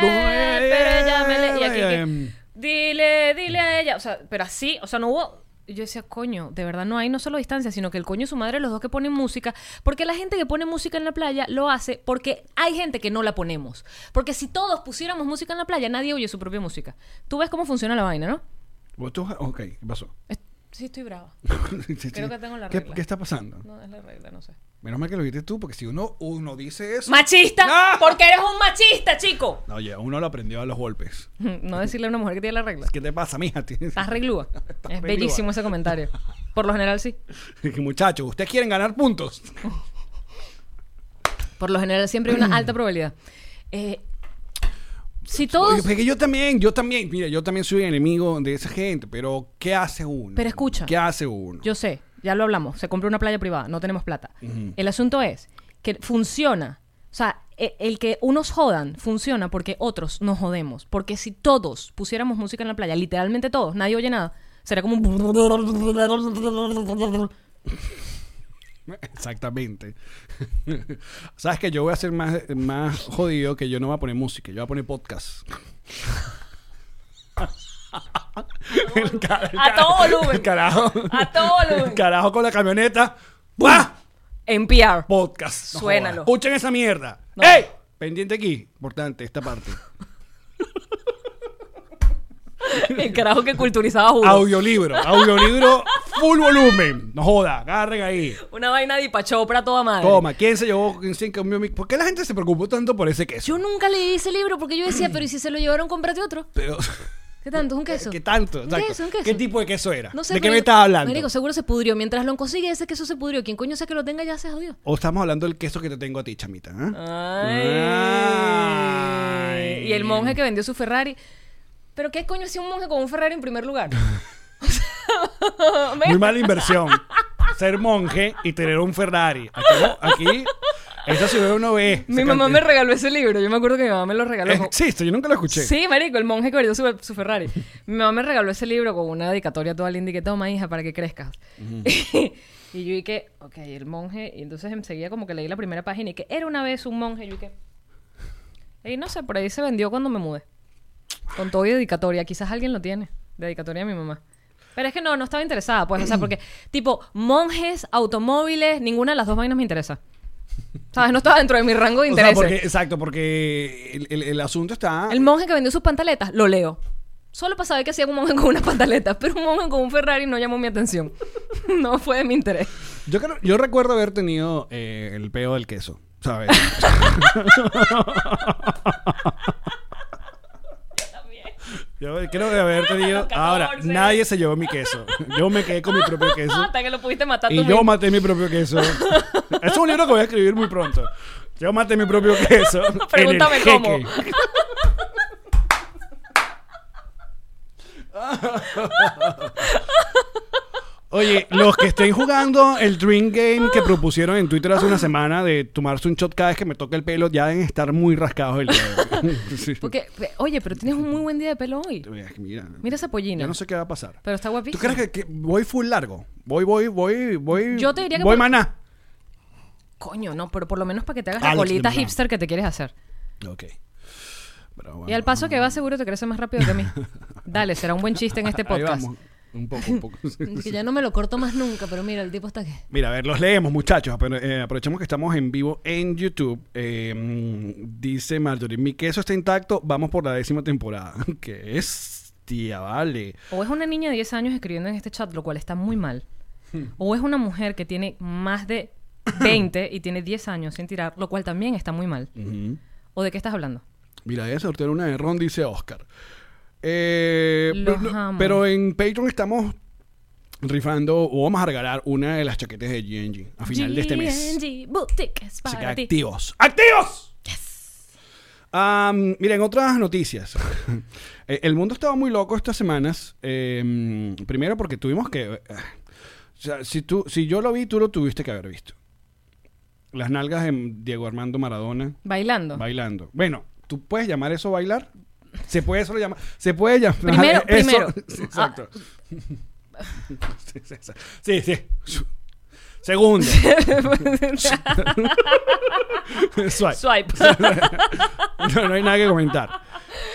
caer, pero ella me le... Y aquí, que, dile, dile a ella. O sea, pero así, o sea, no hubo... Y Yo decía, coño, de verdad no hay no solo distancia, sino que el coño y su madre, los dos que ponen música, porque la gente que pone música en la playa lo hace porque hay gente que no la ponemos. Porque si todos pusiéramos música en la playa, nadie oye su propia música. Tú ves cómo funciona la vaina, ¿no? ¿Vos tú- Ok, ¿qué pasó? Es- Sí, estoy brava. Creo que tengo la ¿Qué, regla. ¿Qué está pasando? No es la regla, no sé. Menos mal que lo viste tú, porque si uno, uno dice eso. ¡Machista! ¡Ah! Porque eres un machista, chico. No, ya, uno lo aprendió a los golpes. No decirle a una mujer que tiene la regla. ¿Qué te pasa, mija? Tienes- Estás reglúa. Es reglúa. bellísimo ese comentario. Por lo general sí. Muchachos, ustedes quieren ganar puntos. Por lo general siempre hay una alta probabilidad. Eh, si todos... Oye, porque yo también, yo también, mira, yo también soy enemigo de esa gente, pero ¿qué hace uno? Pero escucha. ¿Qué hace uno? Yo sé, ya lo hablamos, se compró una playa privada, no tenemos plata. El asunto es que funciona. O sea, e- el que unos jodan funciona porque otros nos jodemos. Porque si todos pusiéramos música en la playa, literalmente todos, nadie oye nada, será como un... Exactamente. Sabes que yo voy a ser más, más jodido que yo no voy a poner música, yo voy a poner podcast. El ca- el A ca- todo volumen. el carajo. A todo volumen. El carajo con la camioneta. ¡Buah! NPR. Podcast. No Suénalo. jodas. Escuchen esa mierda. No. ¡Ey! Pendiente aquí. Importante, esta parte. El carajo que culturizaba juro. Audiolibro, audiolibro, full volumen. No joda, agarren ahí. Una vaina de Pachopra toda madre. Toma, ¿quién se llevó? ¿Quién se comió mi- ¿Por qué la gente se preocupó tanto por ese queso? Yo nunca leí ese libro porque yo decía, pero ¿y si se lo llevaron, cómprate otro? Pero, ¿Qué tanto? ¿Es un queso? ¿Qué tanto? ¿Un Exacto. queso? ¿Un queso? ¿Qué tipo de queso era? No sé, ¿De qué pero- me estabas hablando? Marico, seguro se pudrió. Mientras lo consigue, ese queso se pudrió. Quien coño sea que lo tenga ya se jodió. O estamos hablando del queso que te tengo a ti, chamita. ¿eh? Y el monje que vendió su Ferrari. ¿Pero qué coño hacía un monje con un Ferrari en primer lugar? O sea, Muy mala inversión. Ser monje y tener un Ferrari. Aquí, no, aquí esa ciudad uno ve. Mi mamá me regaló ese libro. Yo me acuerdo que mi mamá me lo regaló. regaló. Existe, yo nunca lo escuché. Sí, marico, el monje que vendió su, su Ferrari. Mi mamá me regaló ese libro con una dedicatoria toda linda y que toma, hija, para que crezcas. y yo dije, ok, el monje. Y entonces enseguida como que leí la primera página y que era una vez un monje. Y yo dije, y no sé, por ahí se vendió cuando me mudé. Con todo y dedicatoria. Quizás alguien lo tiene. Dedicatoria de mi mamá. Pero es que no, no estaba interesada, pues. O sea, porque, tipo, monjes, automóviles, ninguna de las dos vainas me interesa. ¿Sabes? No estaba dentro de mi rango de O sea, interés. porque, exacto, porque el, el- el asunto está. El monje que vendió sus pantaletas, lo leo. Solo para saber que hacía un monje con unas pantaletas, pero un monje con un Ferrari no llamó mi atención. no fue de mi interés. Yo, creo- yo recuerdo haber tenido eh, el peo del queso, ¿sabes? Yo creo que haber tenido. Los Ahora, 14. nadie se llevó mi queso. Yo me quedé con mi propio queso. Hasta que lo pudiste matar tú Y yo mismo. maté mi propio queso. es un libro que voy a escribir muy pronto. Yo maté mi propio queso. en el Pregúntame jeque. cómo. Oye, los que estén jugando el Dream Game que propusieron en Twitter hace una semana de tomarse un shot cada vez que me toca el pelo, ya deben estar muy rascados el dedo. Sí. Porque, pe- oye, pero tienes un muy buen día de pelo hoy. Mira, Mira esa pollina. yo no sé qué va a pasar. Pero está ¿Tú guapísimo. crees que, que voy full largo? Voy, voy, voy, voy. Yo te diría que Voy por- maná. Coño, no, pero por lo menos para que te hagas la Alex colita de Mola. hipster que te quieres hacer. Ok. Pero Y bueno. al paso que vas, seguro te crece más rápido que a mí. Dale, será un buen chiste en este Ahí podcast. vamos. Un poco, un poco. Que ya no me lo corto más nunca, pero mira, el tipo está que. Mira, a ver, los leemos, muchachos. Pero, eh, aprovechemos que estamos en vivo en YouTube. Eh, mm, dice Marjorie, mi queso está intacto, vamos por la décima temporada. que es? Tía, vale. O es una niña de 10 años escribiendo en este chat, lo cual está muy mal. Hmm. O es una mujer que tiene más de 20 y tiene 10 años sin tirar, lo cual también está muy mal. Ujú. ¿O de qué estás hablando? Mira, voy a sortear una de Ron, dice Oscar. Eh, Los pero, amo. pero en Patreon estamos rifando o vamos a regalar una de las chaquetas de GNG a final de este mes. G&G Boutique es Así que para ti. activos. ¡Activos! Am, miren, otras noticias. Eh, El mundo estaba muy loco estas semanas. Eh, primero porque tuvimos que... eh, o sea, si, tú, si yo lo vi, tú lo tuviste que haber visto. Las nalgas de Diego Armando Maradona Bailando. bailando. Bueno, ¿tú puedes llamar eso bailar? Se puede eso llamar... Se puede llamar... Primero, eso- primero. Sí, Exacto. Sí, sí, sí. sí, sí. Segundo. Suave. Swipe. No, no hay nada que comentar.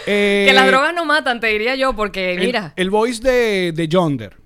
Eh, que las drogas no matan, te diría yo, porque el- mira. El, voice de, de Yonder.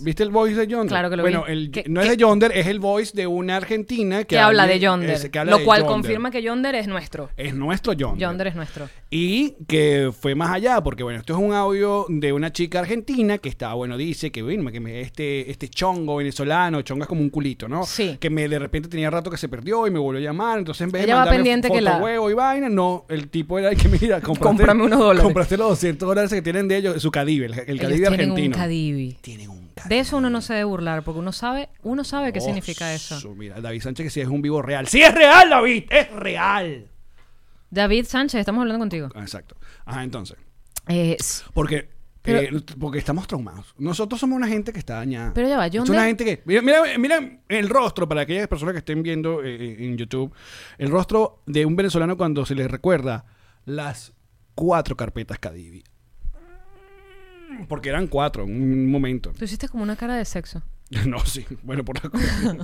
¿Viste el voice de Yonder? Claro que lo bueno, vi. el- ¿Qué- no qué- es de Yonder, es el voice de una argentina que, que habla de hable- Yonder. ese, que habla lo de cual Yonder. confirma que Yonder es nuestro. Es nuestro Yonder. Yonder es nuestro. Y que fue más allá, porque bueno, esto es un audio de una chica argentina que está, bueno, dice que, bueno, que me- este, este chongo venezolano, chongo es como un culito, ¿no? Sí. Que me de repente tenía rato que se perdió y me volvió a llamar, entonces en vez de Ella va mandarme pendiente que la- huevo y vaina, no, el tipo era el que mira, compraste, Cómprame unos dólares. Compraste los 200 dólares que tienen de ellos, su Cadive, el, el Ellos Cadive tienen argentino. un cadivi. Tienen un Cadive. De eso uno no se debe burlar, porque uno sabe, uno sabe qué Oh, significa eso. su- Mira, David Sánchez que sí es un vivo real. Sí es real, David, es real. David Sánchez, estamos hablando contigo. Ah, Exacto. Ajá, entonces. Eh, s- Porque, Pero- eh, porque estamos traumados. Nosotros somos una gente que está dañada. Pero ya va, yo John Es una Depp- gente que. Mira, mira, mira el rostro, para aquellas personas que estén viendo eh, en YouTube, el rostro de un venezolano cuando se le recuerda las cuatro carpetas Cadivi. Porque eran cuatro en un momento. tú hiciste como una cara de sexo. No, sí. Bueno, por la cosa.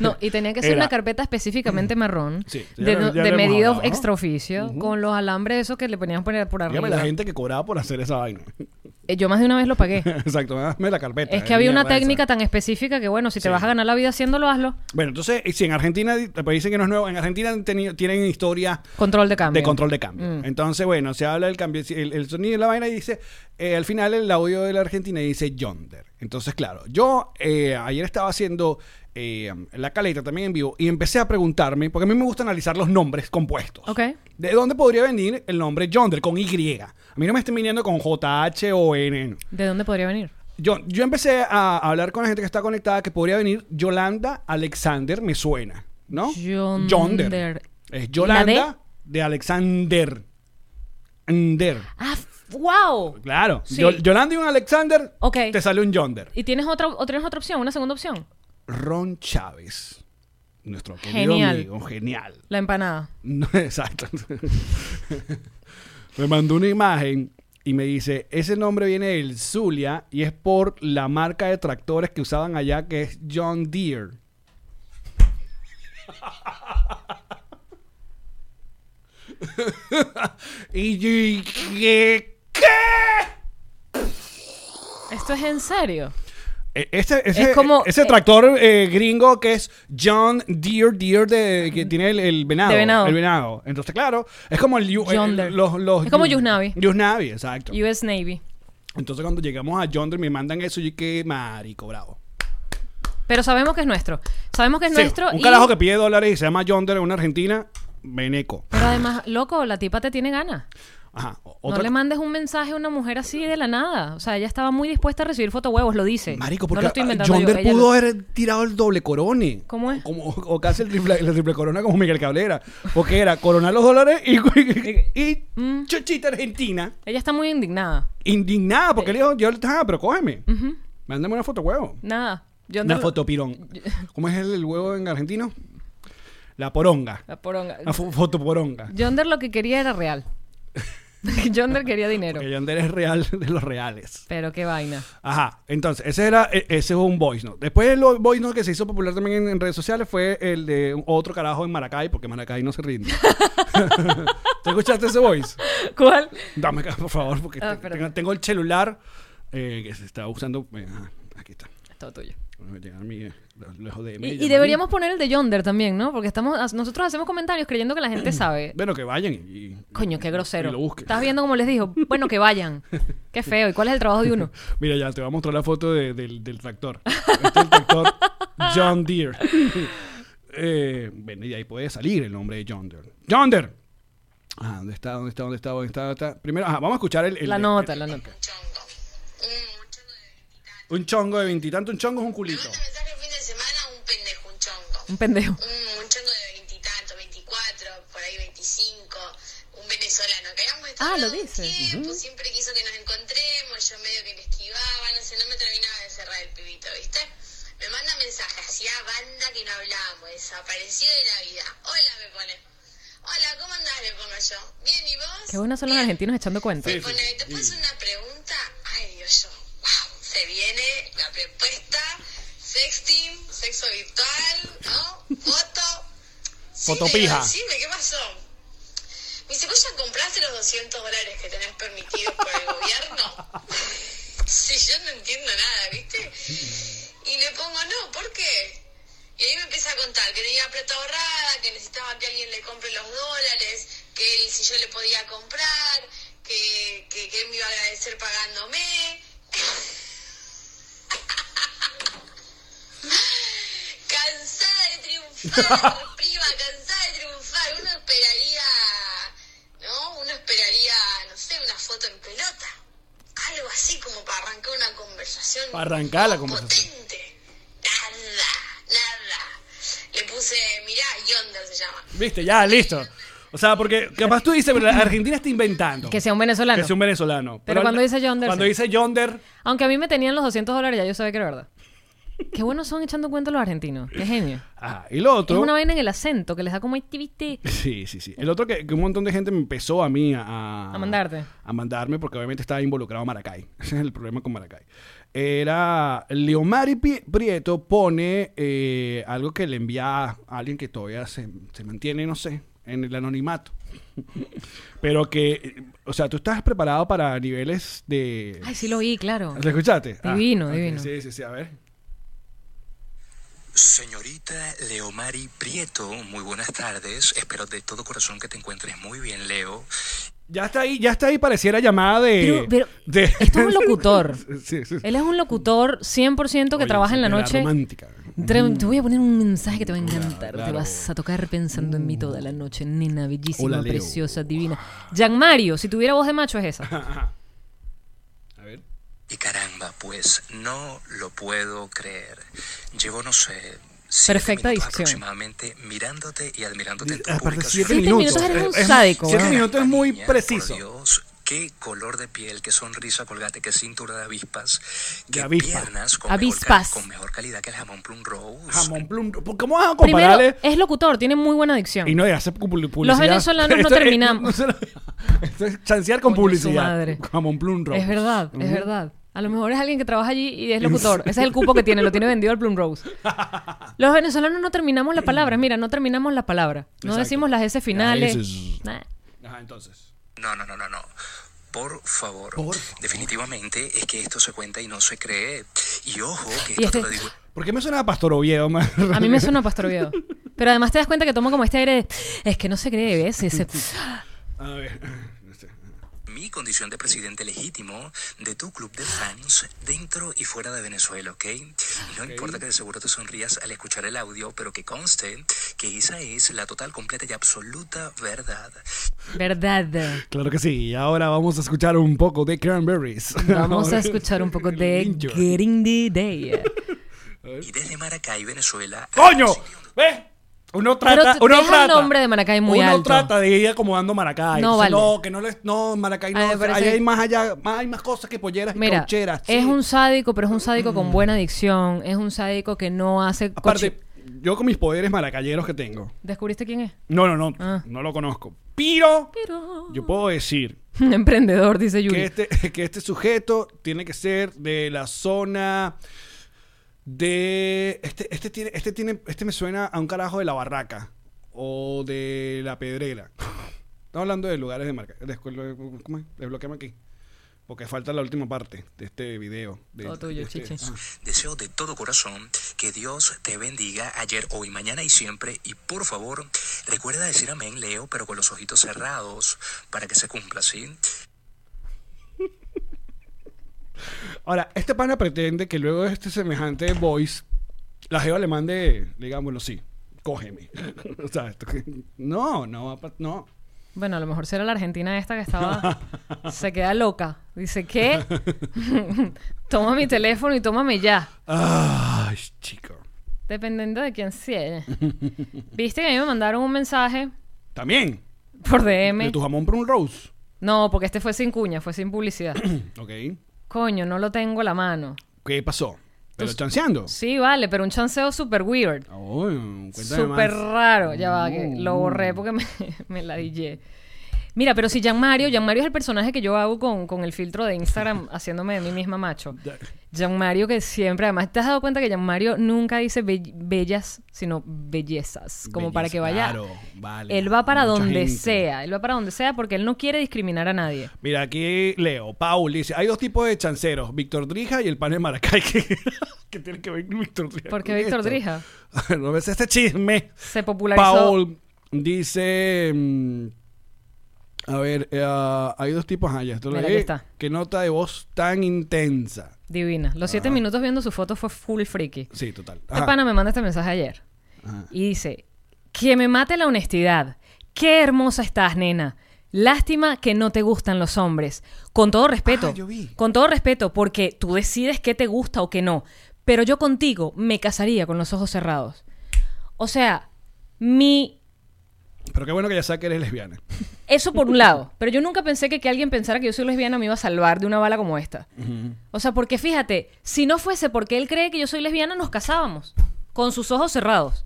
No, y tenía que ser Era- Mm. una carpeta específicamente marrón, Sí, ya de, lo- no- ya de lo hemos medido hablado, ¿no? extraoficio, con los alambres esos que le ponían por, por Dígame arriba. la gente que cobraba por hacer esa vaina. Eh, Yo más de una vez lo pagué. Exacto, dame la carpeta. es que eh, había una mierda esa. técnica tan específica que, bueno, si Sí. te vas a ganar la vida haciéndolo, hazlo. Bueno, entonces, eh, si en Argentina, te dicen que no es nuevo, en Argentina han tenido- tienen historia Control de cambio. de control de cambio. Mm. Entonces, bueno, se habla del cambio, el, el sonido de la vaina y dice, eh, al final el audio de la Argentina dice Yonder. Entonces, claro, yo eh, ayer estaba haciendo eh, la caleta también en vivo y empecé a preguntarme, porque a mí me gusta analizar los nombres compuestos. Ok. ¿De dónde podría venir el nombre Yonder con Y? A mí no me estén viniendo con J-H o N. no. ¿De dónde podría venir? Yo, yo empecé a hablar con la gente que está conectada que podría venir Yolanda Alexander, me suena, ¿no? Yonder. Es ¿La D? Yolanda de Alexander. Ander. ¡Ah, f- wow! Claro. Sí. Yo- Yolanda y un Alexander, Ok. te sale un Yonder. ¿Y tienes otra, o tienes otra opción? ¿Una segunda opción? Ron Chávez, nuestro querido Genial. amigo, genial. La empanada. No, exacto. me mandó una imagen y me dice, ese nombre viene del Zulia y es por la marca de tractores que usaban allá que es John Deere. y yo y- ¿qué? ¿Esto es en serio? E- Ese, ese- como- ese eh, tractor eh, gringo que es John Deere, Deere de, que tiene el, el venado, De venado. El venado. Entonces, claro, es como el, yu- eh, Yonder. los, los- Es como Yusnavi. Yusnavi, exacto. US Navy. Entonces cuando llegamos a Yonder me mandan eso y que marico, bravo. Pero sabemos que es nuestro. Sabemos que es Sí, nuestro. un y- carajo que pide dólares y se llama Yonder en una Argentina, veneco. Pero además, loco, la tipa te tiene ganas. Ajá. o- No otra- le mandes un mensaje a una mujer así de la nada. O sea, ella estaba muy dispuesta a recibir fotohuevos, lo dice. Marico, no porque lo estoy ah, inventando yo, Yonder ella pudo lo- haber tirado el doble corone. ¿Cómo es? Como, o casi el triple, el triple corona como Miguel Cabrera. Porque era coronar los dólares y, y, y Mm. chochita argentina. Ella está muy indignada. Indignada, porque le dijo, yo, ah, pero cógeme. Mándame una foto, huevo. Nada. Yonder- Una foto pirón. ¿Cómo es el, el huevo en argentino? La poronga. La poronga. La fo- foto poronga. Yonder lo que quería era real. Yonder quería dinero. Porque Yonder es real de los reales. Pero qué vaina. Ajá, entonces, ese era e- ese fue un voice note. Después el o- voice note que se hizo popular también en, en redes sociales fue el de un- otro carajo en Maracay, porque Maracay no se rinde. ¿Tú escuchaste ese voice? ¿Cuál? Dame acá, por favor, porque Ah, te- perdón. tengo, tengo el celular eh, que se está usando. eh, ajá, aquí está. Es todo tuyo. Voy a llegar a mi, eh, lo- lejos de Y, mí, y llamaré. deberíamos poner el de Yonder también, ¿no? Porque estamos as- nosotros hacemos comentarios creyendo que la gente sabe. Bueno, que vayan y. y- Coño, qué grosero. Y lo busquen. Estás viendo como les dijo. Bueno, que vayan. Qué feo. ¿Y cuál es el trabajo de uno? Mira, ya te voy a mostrar la foto de- del, del tractor. Este es el tractor John Deere. eh, bueno, y ahí puede salir el nombre de John Deere. John Deere. Ah, ¿dónde está? ¿Dónde está? ¿Dónde está? ¿Dónde está? ¿Dónde está? Primero, ajá, vamos a escuchar el, el- La el- nota, la nota. chongo. Un chongo de veintitantos. un chongo de veintitantos, un chongo es un Me culito. gusta pensar que el fin de semana un pendejo, un chongo. Un pendejo. Un, un chongo de veintitantos, veinticuatro, por ahí veinticinco. Un venezolano que habíamos estado Ah, lo hablando un dice. tiempo, siempre quiso que nos encontremos, yo medio que le esquivaba, no sé, no me terminaba de cerrar el pibito, ¿viste? Me manda mensaje, hacía banda que no hablábamos, desaparecido de la vida. Hola, me pone. Hola, ¿cómo andás? Le pongo yo. Bien, ¿y vos? Qué buenos son los Bien. argentinos echando cuentas. Me pone, ¿te puedo hacer una pregunta? Ay, Dios, yo, wow, se viene la propuesta, sexting, sexo virtual, ¿no? Foto. Sí, Fotopija. me- Sí, me, ¿qué pasó? Me dice, ¿vos ya compraste los 200 dólares que tenés permitidos por el gobierno? sí, yo no entiendo nada, ¿viste? Y le pongo, no, ¿por qué? Y ahí me empieza a contar que tenía plata ahorrada, que necesitaba que alguien le compre los dólares, que él, si yo le podía comprar, que, que, que él me iba a agradecer pagándome. cansada de triunfar, prima, cansada de triunfar. Uno esperaría, ¿no? Uno esperaría, no sé, una foto en pelota. Algo así como para arrancar una conversación. Para arrancar la más conversación. Potente. Nada, nada. Le puse, mirá, Yonder se llama. ¿Viste? Ya, listo. O sea, porque capaz tú dices, pero la Argentina está inventando. Que sea un venezolano. Que sea un venezolano. Pero, cuando dice John Deere, Cuando sí. dice John Deere, Aunque a mí me tenían los 200 dólares, ya yo sabía que era verdad. Qué buenos son echando cuentas los argentinos. Qué genio. ajá, y lo otro. Es una vaina en el acento que les da como "Ay, ¿viste? Sí, sí, sí. El otro que, que un montón de gente me empezó a mí a, a... A mandarte. A mandarme porque obviamente estaba involucrado Maracay. Ese es el problema con Maracay. Era... Leomari Pi- Prieto pone eh, algo que le envía a alguien que todavía se, se mantiene, no sé, en el anonimato. Pero que, eh, o sea, tú estás preparado para niveles de... Ay, sí lo oí, claro. ¿Lo escuchaste? Ah, Divino, ok, divino. Sí, sí, sí, a ver. Señorita Leomari Prieto, muy buenas tardes. Espero de todo corazón que te encuentres muy bien, Leo. Ya está ahí, ya está ahí, pareciera llamada de... Pero- pero de- esto es un locutor. sí, sí. Él es un locutor 100% que Oye, trabaja en la de noche. romántica. ¿eh? Tra- Te voy a poner un mensaje que te va a encantar. Te claro. vas a tocar pensando en mí toda la noche. Nena bellísima, Hola, Leo. preciosa, divina. Jan Mario, si tuviera voz de macho es esa. A ver. Y caramba, pues no lo puedo creer. Llevo, no sé, siete Perfecta minutos dicción. aproximadamente mirándote y admirándote en tu Aparte, publicación. siete Siete minutos. minutos eres Es- un es- sádico, Siete weón. minutos es muy Niña, preciso. Por Dios, qué color de piel, qué sonrisa colgate, qué cintura de avispas, De qué avispa. piernas con, Avispas. Mejor, cal- con mejor calidad que el jamón plum rose. Jamón plum. ¿Por- ¿Cómo vas a Primero, compararle? es locutor, tiene muy buena dicción. Y no es hacer pu- publicidad. venezolanos no Esto es- terminamos. no se lo- Esto es chancear con Coño, su publicidad. madre. Jamón plum Rose. Es verdad, es verdad. A lo mejor es alguien que trabaja allí y es locutor. Ese es el cupo que tiene, lo tiene vendido al Plum Rose. Los venezolanos no terminamos las palabras, mira, no terminamos las palabras. No Exacto. decimos las S finales. Ya, ese es- Nah. Ajá, entonces. No, no, no, no, no. Por favor. Por favor. Definitivamente es que esto se cuenta y no se cree. Y ojo, que Y esto te este- lo digo ¿Por qué me suena a Pastor Oviedo? man? A mí me suena a Pastor Oviedo. Pero además te das cuenta que toma como este aire de, es que no se cree, ¿ves? Ese- A ver. no sé. en mi condición de presidente legítimo de tu club de fans dentro y fuera de Venezuela, ¿ok? Y no importa que de seguro te sonrías al escuchar el audio, pero que conste que esa es la total, completa y absoluta verdad. verdad. Claro que sí. Y ahora vamos a escuchar un poco de Cranberries. Vamos a escuchar un poco de Enjoy. Getting the Day. Y desde Maracay, Venezuela... a ¡Coño! Brasil. ¿Ves? Uno Pero trata. tú uno deja el trata. nombre de Maracay muy uno alto. trata de ir acomodando Maracay. No, Dice, vale. No, que no les. No, Maracay no. Ah, me Ahí parece- hay más allá. más- hay más cosas que polleras y Mira, caucheras. es sí. Mm. un sádico, pero es un sádico con buena adicción. Es un sádico que no hace... Aparte, cochi- yo con mis poderes maracayeros que tengo. ¿Descubriste quién es? No, no, no. Ah. No lo conozco. Pero Pero... yo puedo decir Un emprendedor, dice Yuri. que este, que este sujeto tiene que ser de la zona de. Este, este tiene, este tiene, este me suena a un carajo de la barraca o de la pedrera. Estamos hablando de lugares de marca. de- ¿Cómo es? Desbloqueame aquí. Porque falta la última parte de este video. De, Todo tuyo, de este- Chichi. Ah. Deseo de todo corazón que Dios te bendiga ayer, hoy, mañana y siempre. Y por favor, recuerda decir amén, Leo, pero con los ojitos cerrados para que se cumpla, ¿sí? Ahora, este pana pretende que luego de este semejante voice, la jeva le mande, digámoslo sí, cógeme. o sea, esto que- no, no, va pa- no. Bueno, a lo mejor será la argentina esta que estaba... se queda loca. Dice, ¿qué? toma mi teléfono y tómame ya. Ay, chico. Dependiendo de quién sea. Viste que a mí me mandaron un mensaje También. por De DM. tu jamón por un rose. No, porque este fue sin cuña, fue sin publicidad. ok. Coño, no lo tengo a la mano. ¿Qué pasó? ¿Te lo chanceando? Pues, Sí, vale, pero un chanceo super weird. Oh, cuéntame Súper más. Uh. raro. Ya va, que lo borré porque me, me la dije. Mira, pero si Jan Mario, Jan Mario es el personaje que yo hago con, con el filtro de Instagram haciéndome de mí misma macho. Jan Mario que siempre, además, ¿te has dado cuenta que Jan Mario nunca dice bell- bellas, sino bellezas? Como para Belleza, que vaya. claro, vale. él va para Mucha donde gente. sea, él va para donde sea porque él no quiere discriminar a nadie. Mira, aquí leo. Paul dice: hay dos tipos de chanceros, Víctor Drija y el pan de Maracay. ¿Qué, qué tiene que ver con Víctor Drija? ¿Por qué con Víctor esto? Drija? no ves este chisme. Se popularizó. Paul dice. mm, a ver, eh, ah, hay dos tipos allá. Esto lo Mira, leí. aquí está. Qué nota de voz tan intensa. Divina. Los siete minutos viendo su foto fue full freaky. Sí, total. Este Ajá. pana me manda este mensaje ayer. Y dice, que me mate la honestidad. Qué hermosa estás, nena. Lástima que no te gustan los hombres. Con todo respeto. Ah, yo vi. Con todo respeto, porque tú decides qué te gusta o qué no. Pero yo contigo me casaría con los ojos cerrados. O sea, mi... Pero qué bueno que ya sabes que eres lesbiana. Eso por un lado. Pero yo nunca pensé que, que alguien pensara que yo soy lesbiana me iba a salvar de una bala como esta. O sea, porque fíjate, si no fuese porque él cree que yo soy lesbiana, nos casábamos. Con sus ojos cerrados.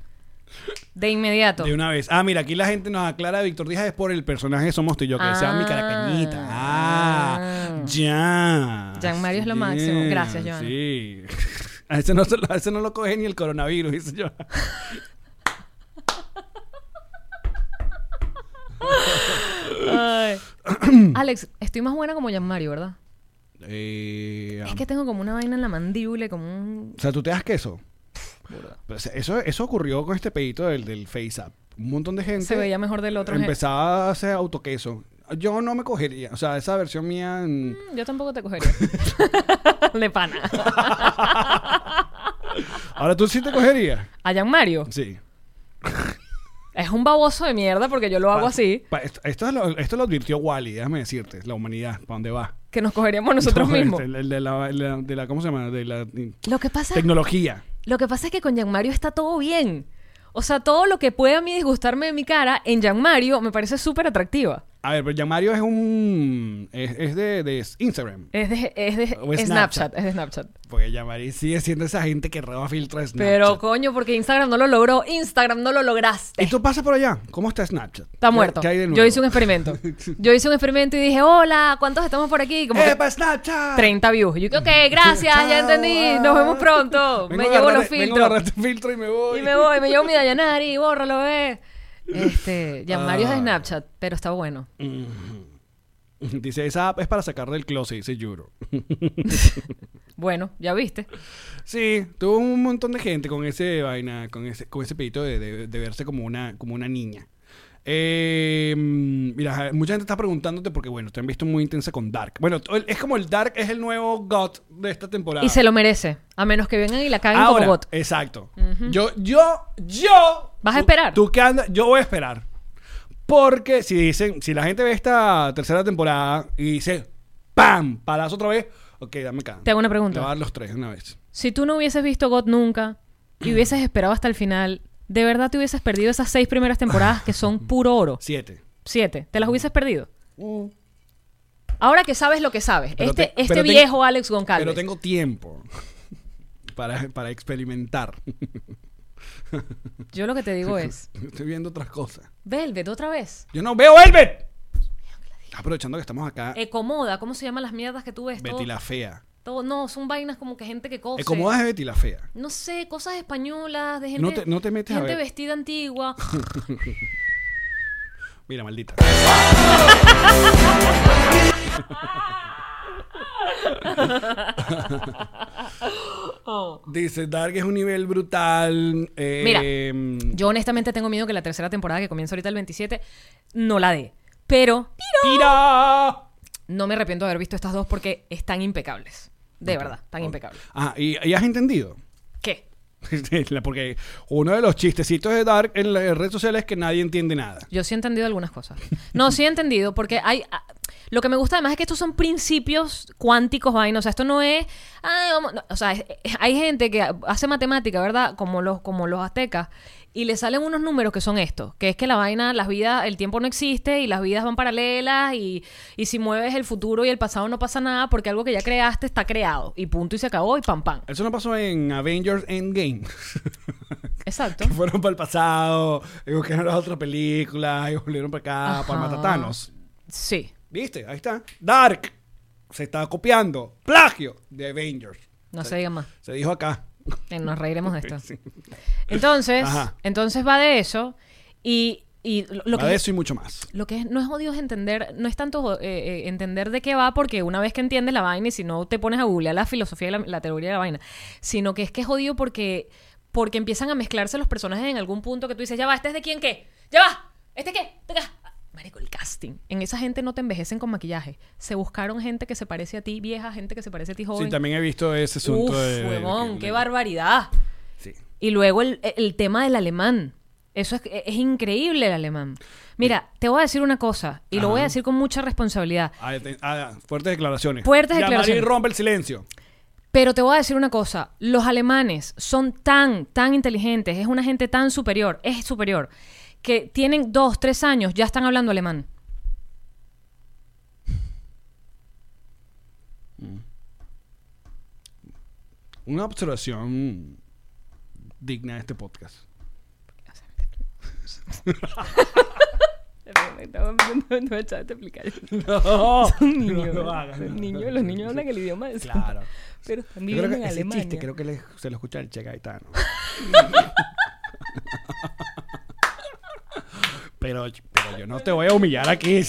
De inmediato. De una vez. Ah, mira, aquí la gente nos aclara, Víctor Díaz es por el personaje de Somos tú y yo, que sea mi Ah. caracañita. Ah, ya. Jan Mario es lo Sí, máximo. Gracias, Joana. Sí. A ese, no, se lo- a ese no lo coge ni el coronavirus, dice yo. Alex, estoy más buena como Yanmario, ¿verdad? Eh, Es que tengo como una vaina en la mandíbula, y como un... O sea, tú te das queso. Pues eso, eso ocurrió con este pedito del, del Face App. Un montón de gente Se veía mejor del otro. gen- empezaba a hacer autoqueso. Yo no me cogería. O sea, esa versión mía. mm, Mm, Yo tampoco te cogería. De pana. Ahora tú sí te cogerías. A Yanmario. Sí. Es un baboso de mierda porque yo lo hago Pa- así, pa- esto, esto lo, esto lo advirtió Wally, déjame decirte, la humanidad, ¿para dónde va? que nos cogeríamos nosotros No, mismos. este, El, el de la, el de la- de la- ¿cómo se llama? De la mm, Lo que pasa tecnología. Lo que pasa es que con Yanmario está todo bien. O sea, todo lo que puede a mí disgustarme de mi cara en Yanmario me parece súper atractiva. A ver, pero Yamario es un. Es, es de, de Instagram. Es de, es de O Snapchat. Snapchat. es de Snapchat. Porque Yamario sigue siendo esa gente que roba filtros. de Pero Snapchat. coño, porque Instagram no lo logró, Instagram no lo lograste. ¿Y tú pasas por allá? ¿Cómo está Snapchat? Está muerto. ¿Qué hay de nuevo? Yo hice un experimento. Yo hice un experimento y dije, hola, ¿cuántos estamos por aquí? Como que ¡Epa, Snapchat! 30 views. Y yo, ok, gracias, Chao, ah. ya entendí, nos vemos pronto. Vengo me a llevo agarrar- los Vengo a agarrar filtros. tu filtro y me voy. Y me voy, me llevo mi Dayanari, bórralo, ve. Este, Yanmario Ah. es de Snapchat, pero está bueno. Dice, esa app es para sacar del closet, dice Yuro. Bueno, ya viste. Sí, tuvo un montón de gente con ese vaina, con ese, con ese pedito de, de- de verse como una, como una niña. Eh, mm, mira, mucha gente está preguntándote porque, bueno, te han visto muy intensa con Dark. Bueno, to- es como el Dark es el nuevo God de esta temporada. Y se lo merece. A menos que vengan y la caguen Ahora, como bot. Exacto. Yo, yo, yo. ¿Vas a tú- esperar? Tú que andas, yo voy a esperar. Porque si dicen, si la gente ve esta tercera temporada y dice, ¡pam! Palazo otra vez. Ok, dame acá. Te hago una pregunta. Le voy a dar los tres de una vez. Si tú no hubieses visto God nunca y hubieses esperado hasta el final, de verdad te hubieses perdido esas seis primeras temporadas que son puro oro. Siete. Siete. ¿Te las hubieses perdido? Uh, Ahora que sabes lo que sabes. Pero este te- este pero tengo- viejo Alex Goncalves. Pero tengo tiempo para, para experimentar. Yo lo que te digo es... Estoy viendo otras cosas. Velvet, otra vez. Yo no veo Elbert. Aprovechando que estamos acá, Ecomoda. ¿Cómo se llaman las mierdas que tú ves? Todo- Ah. Betty la Fea. todo- no, son vainas como que gente que cose. Ecomodas de Betty la Fea. No sé, cosas españolas, de gente, No te- no te metes a gente ver. vestida antigua. Mira, maldita. Dice, Dark es un nivel brutal. eh, Mira, Yo honestamente tengo miedo que la tercera temporada que comienza ahorita el 27 no la dé. Pero ¡Tira! no me arrepiento de haber visto estas dos porque están impecables. De verdad, están impecables. Ah, ¿y, y has entendido? ¿Qué? Porque uno de los chistecitos de Dark en las redes sociales es que nadie entiende nada. Yo sí he entendido algunas cosas. No, sí he entendido porque hay... ah, Lo que me gusta además es que estos son principios cuánticos, vaina. O sea, esto no es... "Ay, vamos", no, o sea, es- es- hay gente que hace matemática, ¿verdad? Como los, como los aztecas. Y le salen unos números que son estos. Que es que la vaina, las vidas, el tiempo no existe y las vidas van paralelas y, y si mueves el futuro y el pasado no pasa nada porque algo que ya creaste está creado. Y punto y se acabó y pam pam. Eso no pasó en Avengers Endgame. Exacto. Que Fueron para el pasado, y buscaron las otras películas, y volvieron para acá, para Ajá. matar Thanos. Sí. ¿Viste? Ahí está. Dark se está copiando. Plagio de Avengers. No se diga más. Se dijo acá. Eh, Nos reiremos de esto. Entonces, Ajá. entonces va de eso y, y lo, lo Va que de es- eso y mucho más. lo que es, no es odio es entender, no es tanto eh, eh, entender de qué va, porque una vez que entiendes la vaina y si no te pones a googlear la filosofía y la, la teoría de la vaina, sino que es que es odio porque, porque empiezan a mezclarse los personajes en algún punto que tú dices, ya va, ¿este es de quién qué? Ya va, ¿este qué? ¿Este qué? Ah, Marico, el casting. En esa gente no te envejecen con maquillaje. Se buscaron gente que se parece a ti, vieja, gente que se parece a ti, joven. Sí, también he visto ese asunto Uf, de- de- huevón, de- qué barbaridad. Sí. Y luego el, el tema del alemán. Eso es, es increíble el alemán. Mira, te voy a decir una cosa, y lo voy a decir con mucha responsabilidad, Ah, te- ah, fuertes declaraciones. Y Fuertes a Marín declaraciones. rompe el silencio. pero te voy a decir una cosa, los alemanes son tan, tan inteligentes, es una gente tan superior, es superior, que tienen dos, tres años, ya están hablando alemán. Una observación digna de este podcast. No, Oh, no lo hagas. los niños hablan el idioma de Claro. pero Yo también creo que ese chiste creo que le- se lo escucha el Che Gaetano. pero, pero yo no te voy a humillar aquí.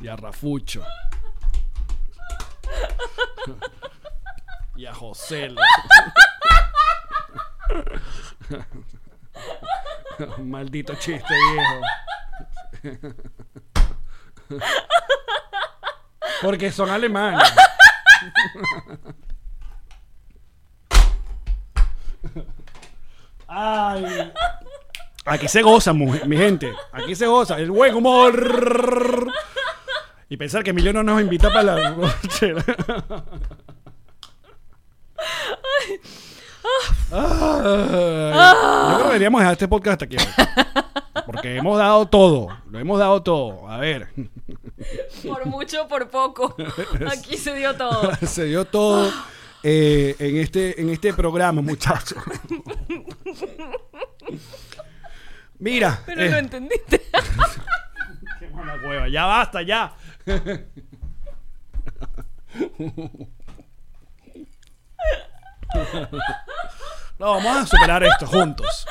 Y a Rafucho. y a José. Maldito chiste viejo. Porque son alemanes. Ay. Aquí se goza, mujer- mi gente. Aquí se goza. El buen humor. Y pensar que Emiliano nos invita para la borrachera. Ay. Yo creo que deberíamos dejar este podcast hasta aquí. hoy. Porque hemos dado todo. Lo hemos dado todo. A ver. Por mucho, por poco. Aquí se dio todo. Se dio todo eh, en, este, en este programa, muchachos. Mira. Pero eh, lo entendiste. Qué mala hueva, ya basta, ya. No, vamos a superar esto juntos.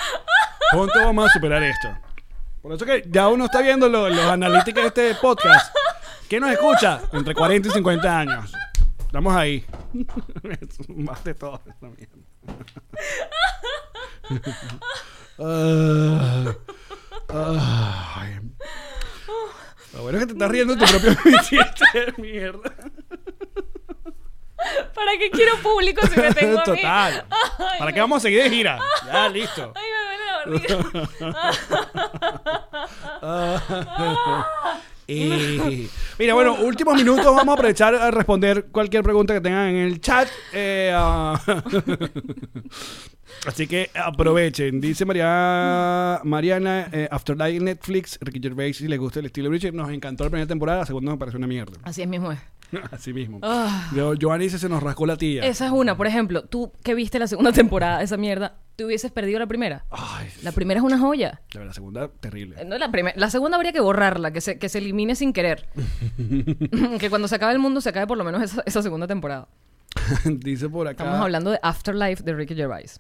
Juntos vamos a superar esto. Por eso que ya uno está viendo lo- los analíticos de este podcast. ¿Quién nos escucha? Entre 40 y 50 años. Estamos ahí. Es Más de todo. esta mierda. Ah. Ay. Lo bueno es que te estás riendo de tu propio chiste de mierda. ¿Para qué quiero público si me tengo a mí? Total. Ay, ¿Para me- qué vamos a seguir de gira? Ya, listo. Ay, me duele la barriga. Y- Mira, bueno, últimos minutos. Vamos a aprovechar a responder cualquier pregunta que tengan en el chat. Eh, ah, Así que aprovechen. Dice María, Mariana, eh, Afterlife Netflix, Ricky Gervais, si les gusta el estilo Bridget, nos encantó la primera temporada, la segunda me pareció una mierda. Así es mismo. es. Así mismo. Ah. Yo- Giovanni dice, se nos rascó la tía. Esa es una. Por ejemplo, tú que viste la segunda temporada, esa mierda, ¿te hubieses perdido la primera? Ay, La primera es una joya. la, la segunda, terrible. Eh, No, la, primer- la segunda habría que borrarla, que se, que se elimine sin querer. que cuando se acabe el mundo se acabe por lo menos esa, esa segunda temporada. Dice por acá. Estamos hablando de Afterlife de Ricky Gervais.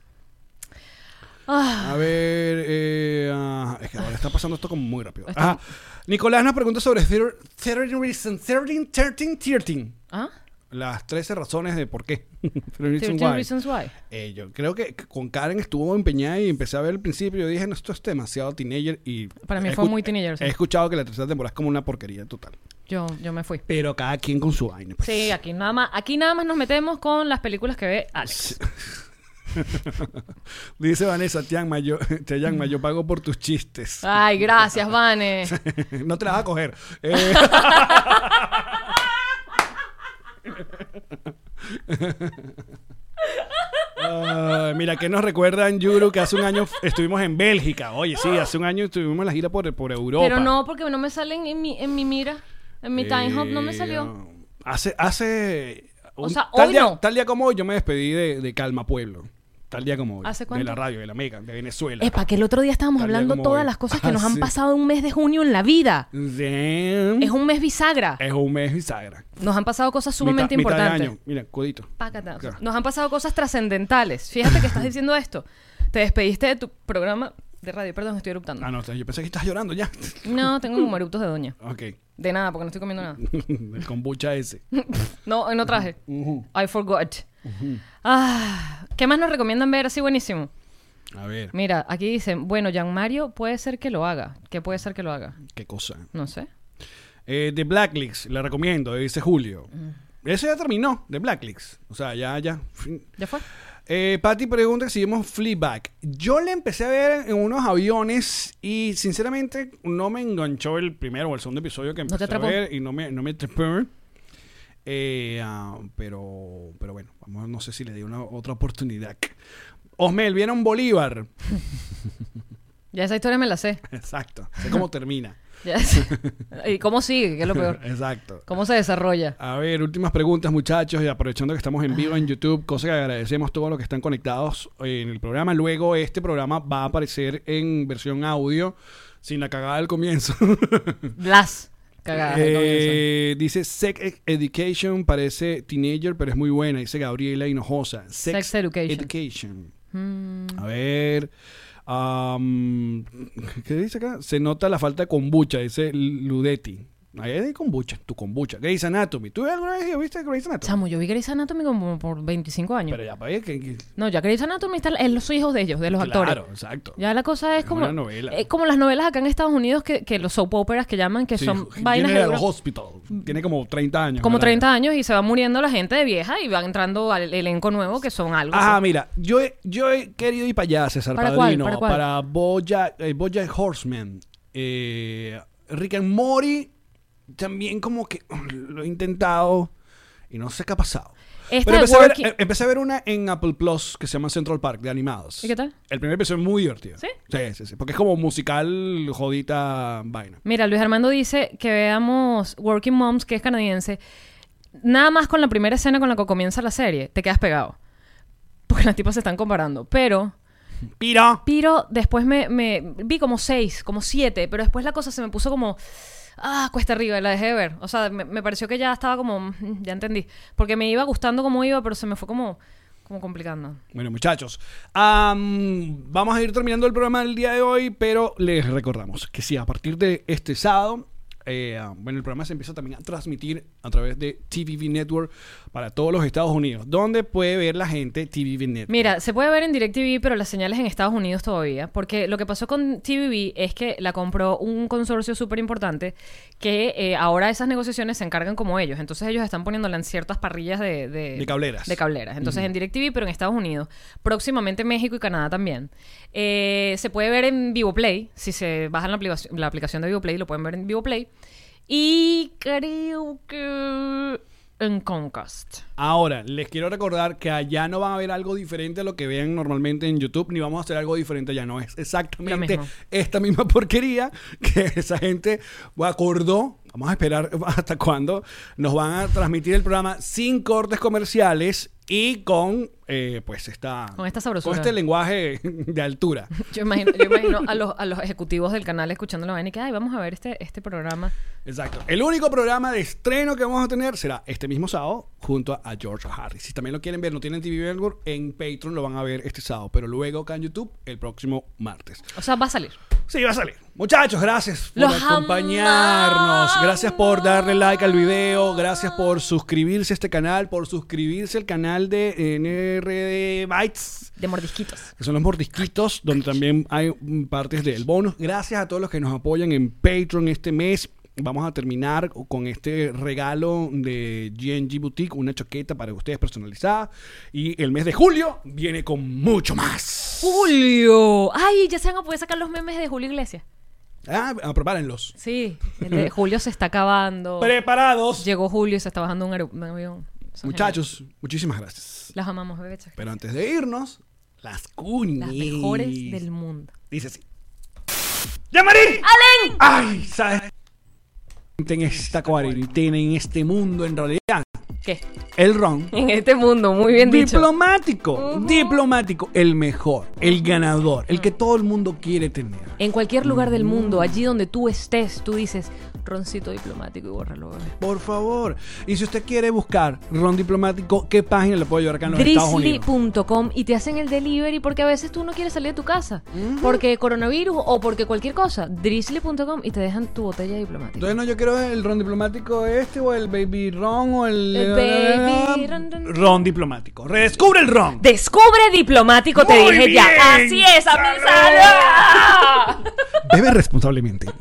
Ah, A ver, eh, ah, es que ahora está pasando esto como muy rápido. Ajá. Nicolás nos pregunta sobre thir- 13 reasons, 13, 13, 13. ¿ah? Las 13 razones de por qué. 13 13 reasons why. Reasons Why. Eh, yo creo que con Karen estuvo empeñada y empecé a ver al principio. Yo dije, no, esto es demasiado teenager. Y Para mí he fue escu- muy teenager, sí. He escuchado que la tercera temporada es como una porquería total. Yo, yo me fui. Pero cada quien con su vaina. pues. Sí, aquí nada más, aquí nada más nos metemos con las películas que ve Alex. Dice Vanessa, Tianma, yo, Tianma, yo pago por tus chistes. Ay, gracias, Vane. no te la vas a coger. Eh, Ay, mira, que nos recuerdan, Yuru, que hace un año estuvimos en Bélgica. Oye, sí, hace un año estuvimos en la gira por, por Europa. Pero no, porque no me salen en mi, en mi mira. En mi time hop no me Eh, salió. Hace, hace. O sea, tal, hoy día, no. tal día como hoy yo me despedí de, de Calma Pueblo. Tal día como hoy. ¿Hace De la cuánto? radio, de la Mega, de Venezuela. Epa, que el otro día estábamos Tal día hablando como todas hoy. las cosas que Ah, nos han sí. ¿Mm? pasado en un mes de junio en la vida. Damn. Es un mes bisagra. Es un mes bisagra. Nos han pasado cosas sumamente Mitad- mitad de importantes. año. Mira, codito. Pácata. Claro. Nos han pasado cosas trascendentales. Fíjate que estás diciendo esto. Te despediste de tu programa de radio. Perdón, estoy eruptando. Ah, no, yo pensé que estás llorando ya. No, tengo como eruptos de doña. ok. De nada, porque no estoy comiendo nada. El kombucha ese. No, hoy no traje. I forgot. Ah, ¿Qué más nos recomiendan ver así buenísimo? A ver, Mira, aquí dicen, bueno, Jan Mario puede ser que lo haga. ¿Qué puede ser que lo haga? qué cosa. No sé. Eh, The Blacklist, la recomiendo, dice Julio. Mm. Ese ya terminó, The Blacklist. O sea, ya, ya. fin. ¿Ya fue? Eh, Patty pregunta si vimos Fleabag. Yo la empecé a ver en unos aviones y sinceramente no me enganchó el primero o el segundo episodio que No te empecé a atrapó. ver y no me, no me atrapó. Eh, ah, pero, pero bueno, vamos, no sé si le di una otra oportunidad. Osmel, ¿vieron Bolívar? Ya esa historia me la sé. Exacto. Sé cómo termina. Ya sé. ¿Y cómo sigue? Que es lo peor. Exacto. ¿Cómo se desarrolla? A ver, últimas preguntas, muchachos, y aprovechando que estamos en vivo en YouTube, cosa que agradecemos todos los que están conectados en el programa. Luego este programa va a aparecer en versión audio, sin la cagada del comienzo. Las cagadas. de comienzo. Eh, dice Sex Education, parece teenager, pero es muy buena, dice Gabriela Hinojosa. Sex Education. Hmm. Education. A ver. am, ¿Qué dice acá? Se nota la falta de kombucha, dice Ludetti. Ahí hay kombucha, tu kombucha. Grey's Anatomy. ¿Tú alguna vez viste Grey's Anatomy? Chamo, yo vi Grey's Anatomy como por 25 años. Pero ya para que, que- No, ya Grey's Anatomy está, es los hijos de ellos, de los actores. Claro, exacto. Ya la cosa es Es como. una novela. eh, como las novelas acá en Estados Unidos que, que los soap operas que llaman, que Sí, son General vainas de. Europa. Hospital. Tiene como 30 años. Como ¿verdad? 30 años y se va muriendo la gente de vieja y van entrando al elenco nuevo que son algo. Ajá, así. Ah, mira, yo he, yo he querido ir para allá, César ¿Para cuál? Padrino, ¿Para cuál? Bojack, eh, Bojack Horseman, eh, Rick and Morty, también como que uh, lo he intentado y no sé qué ha pasado. Esta Pero empecé Este de a, ver, Working- eh, empecé a ver una en Apple Plus que se llama Central Park, de animados. ¿Y qué tal? El primer episodio es muy divertido. ¿Sí? Sí, sí, sí, porque es como musical, jodita, vaina. Mira, Luis Armando dice que veamos Working Moms, que es canadiense. Nada más con la primera escena con la que comienza la serie, te quedas pegado. Porque las tipas se están comparando. Pero, ¡Piro! Piro, después me, me- vi como seis, como siete, pero después la cosa se me puso como. Ah, cuesta arriba, y la dejé de ver. O sea, me, me pareció que ya estaba como. mm, Ya entendí. Porque me iba gustando como iba, pero se me fue como, como complicando. Bueno, muchachos, am, vamos a ir terminando el programa del día de hoy, pero les recordamos que sí, a partir de este sábado, eh, am, bueno, el programa se empieza también a transmitir a través de TVV Network para todos los Estados Unidos, donde puede ver la gente TVV Network. Mira, se puede ver en DirecTV, pero las señales en Estados Unidos todavía. Porque lo que pasó con TVB es que la compró un consorcio súper importante que eh, ahora esas negociaciones se encargan como ellos. Entonces ellos están poniéndola en ciertas parrillas de... De, De cableras. De cableras. Entonces en DirecTV, pero en Estados Unidos. Próximamente México y Canadá también. Eh, se puede ver en VivoPlay. Si se bajan la, aplicación- la aplicación de VivoPlay, lo pueden ver en VivoPlay. Y creo que... En Comcast. Ahora, les quiero recordar que allá no van a ver algo diferente a lo que vean normalmente en YouTube, ni vamos a hacer algo diferente allá. No es exactamente Lo mismo. esta misma porquería que esa gente acordó. Vamos a esperar hasta cuándo nos van a transmitir el programa sin cortes comerciales y con, eh, pues, esta. Con esta sabrosura. Con este lenguaje de altura. Yo imagino, yo imagino a, los, a los ejecutivos del canal escuchando la vaina y que, ay, vamos a ver este, este programa. Exacto. El único programa de estreno que vamos a tener será este mismo sábado junto a, a George Harris. Si también lo quieren ver, no tienen TV Network, en Patreon lo van a ver este sábado, pero luego acá en YouTube el próximo martes. O sea, va a salir. Sí, va a salir. Muchachos, gracias por Los acompañarnos. amamos. Gracias por darle like al video. Gracias por suscribirse a este canal, por suscribirse al canal de NRD Bytes De mordisquitos. que son los mordisquitos, donde también hay mm, partes del bonus. Gracias a todos los que nos apoyan en Patreon este mes. Vamos a terminar con este regalo de GNG Boutique, una chaqueta para ustedes personalizada. Y el mes de julio viene con mucho más. ¡Julio! ¡Ay, ya se van a poder sacar los memes de Julio Iglesias! Ah, ah, prepárenlos. Sí, el de Julio se está acabando. Preparados. Llegó Julio y se está bajando un, aer- un avión. Son Muchachos, muchísimas gracias. geniales. Las amamos, bebé. chas- Pero antes de irnos, las cuñas. Las mejores del mundo. Dice así. ¡Llamarín! ¡Alen! ¡Ay! ¿Sabes? En esta cuarentena, en este mundo, en realidad, ¿Qué? el ron. En este mundo, muy bien dicho. Diplomático, diplomático, el mejor, el ganador, el que todo el mundo quiere tener. En cualquier lugar del mundo, allí donde tú estés, tú dices, roncito diplomático y bórralo, bebé. Por favor. Y si usted quiere buscar ron diplomático, ¿qué página le puedo llevar acá en los Estados Unidos? drizzly.com y te hacen el delivery porque a veces tú no quieres salir de tu casa porque coronavirus o porque cualquier cosa. Drizzly.com y te dejan tu botella diplomática. Entonces no, yo quiero el ron diplomático este o el baby ron o el... El baby ron, ron, ron. ron diplomático. Redescubre el ron. Descubre diplomático, te Muy dije bien, ya. Así es, salud. amizada. Bebe responsablemente.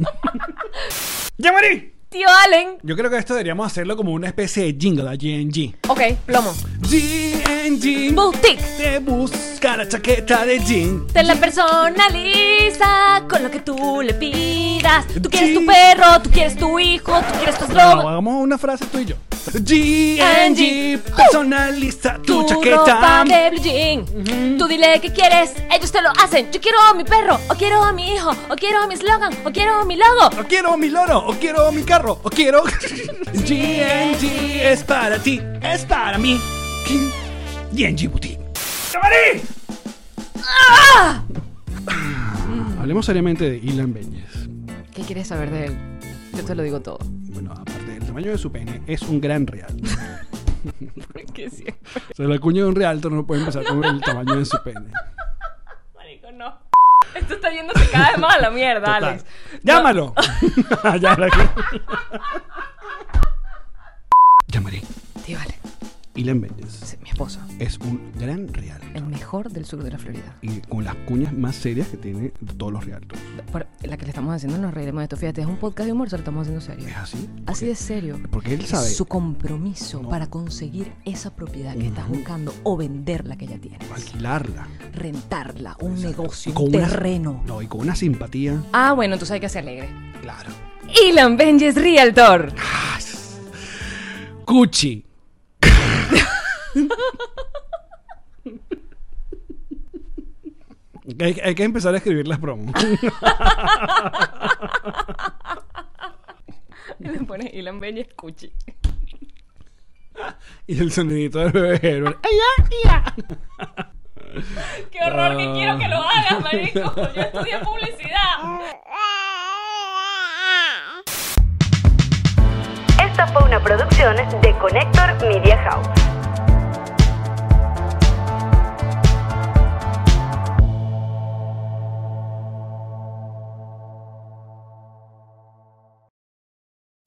¡Llamarí! Tío Allen. Yo creo que esto deberíamos hacerlo como una especie de jingle a GNG. Ok, plomo. GNG Boutique. te busca la chaqueta de jean. Te la personaliza con lo que tú le pidas. Tú quieres tu perro, tú quieres tu hijo, tú quieres tu No, eslogan. hagamos una frase tú y yo. GNG personaliza tu ropa chaqueta. de blue jean. Tú dile qué quieres, ellos te lo hacen. Yo quiero a mi perro, o quiero a mi hijo, o quiero a mi slogan, o quiero a mi logo. O quiero mi loro, o quiero mi carro, o quiero. GNG es para ti, es para mí. GNG Boutique. ¡Llamarí! ¡Ah! Mm. Hablemos seriamente de Ilan Beñez. ¿Qué quieres saber de él? Yo te lo digo todo. Bueno, aparte del tamaño de su pene, es un gran realtor. Que sí. o sea, la cuña de un realtor no puede empezar con el tamaño de su pene. Marico, no. Esto está yéndose cada vez más a la mierda, Alex. ¡Llámalo! Llámalo. Llamaré. Tío, Alex, Ilan Méndez sí, mi esposo, es un gran real. el mejor del sur de la Florida. Y con las cuñas más serias que tiene de todos los realtors. Por- la que le estamos haciendo nos reiremos de esto. Fíjate, es un podcast de humor, se lo estamos haciendo serio. ¿Es así? Así de serio. Porque él Es sabe. Su compromiso No. para conseguir esa propiedad que estás buscando o vender la que ya tienes. Alquilarla. Rentarla, un negocio, Con un una- terreno. No, y con una simpatía. Ah, bueno, entonces hay que ser alegre. Claro. Ilan Benjes Realtor. Cuchi. hay, hay que empezar a escribir las promos. Le pones Ilan Benjes Cuchi. y el sonidito del bebé Herbert. Qué horror que quiero que lo hagas, marico. Yo estudié publicidad. Esta fue una producción de Connector Media House.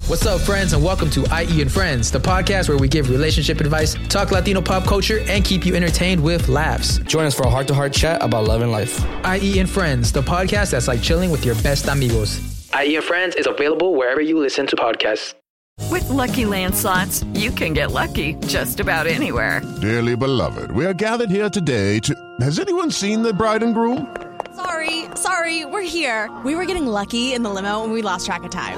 What's up, friends, and welcome to IE and Friends, the podcast where we give relationship advice, talk Latino pop culture, and keep you entertained with laughs. Join us for a heart to heart chat about love and life. IE and Friends, the podcast that's like chilling with your best amigos. IE E and Friends is available wherever you listen to podcasts. With Lucky Land slots, you can get lucky just about anywhere. Dearly beloved, we are gathered here today to. Has anyone seen the bride and groom? Sorry, sorry, we're here. We were getting lucky in the limo and we lost track of time.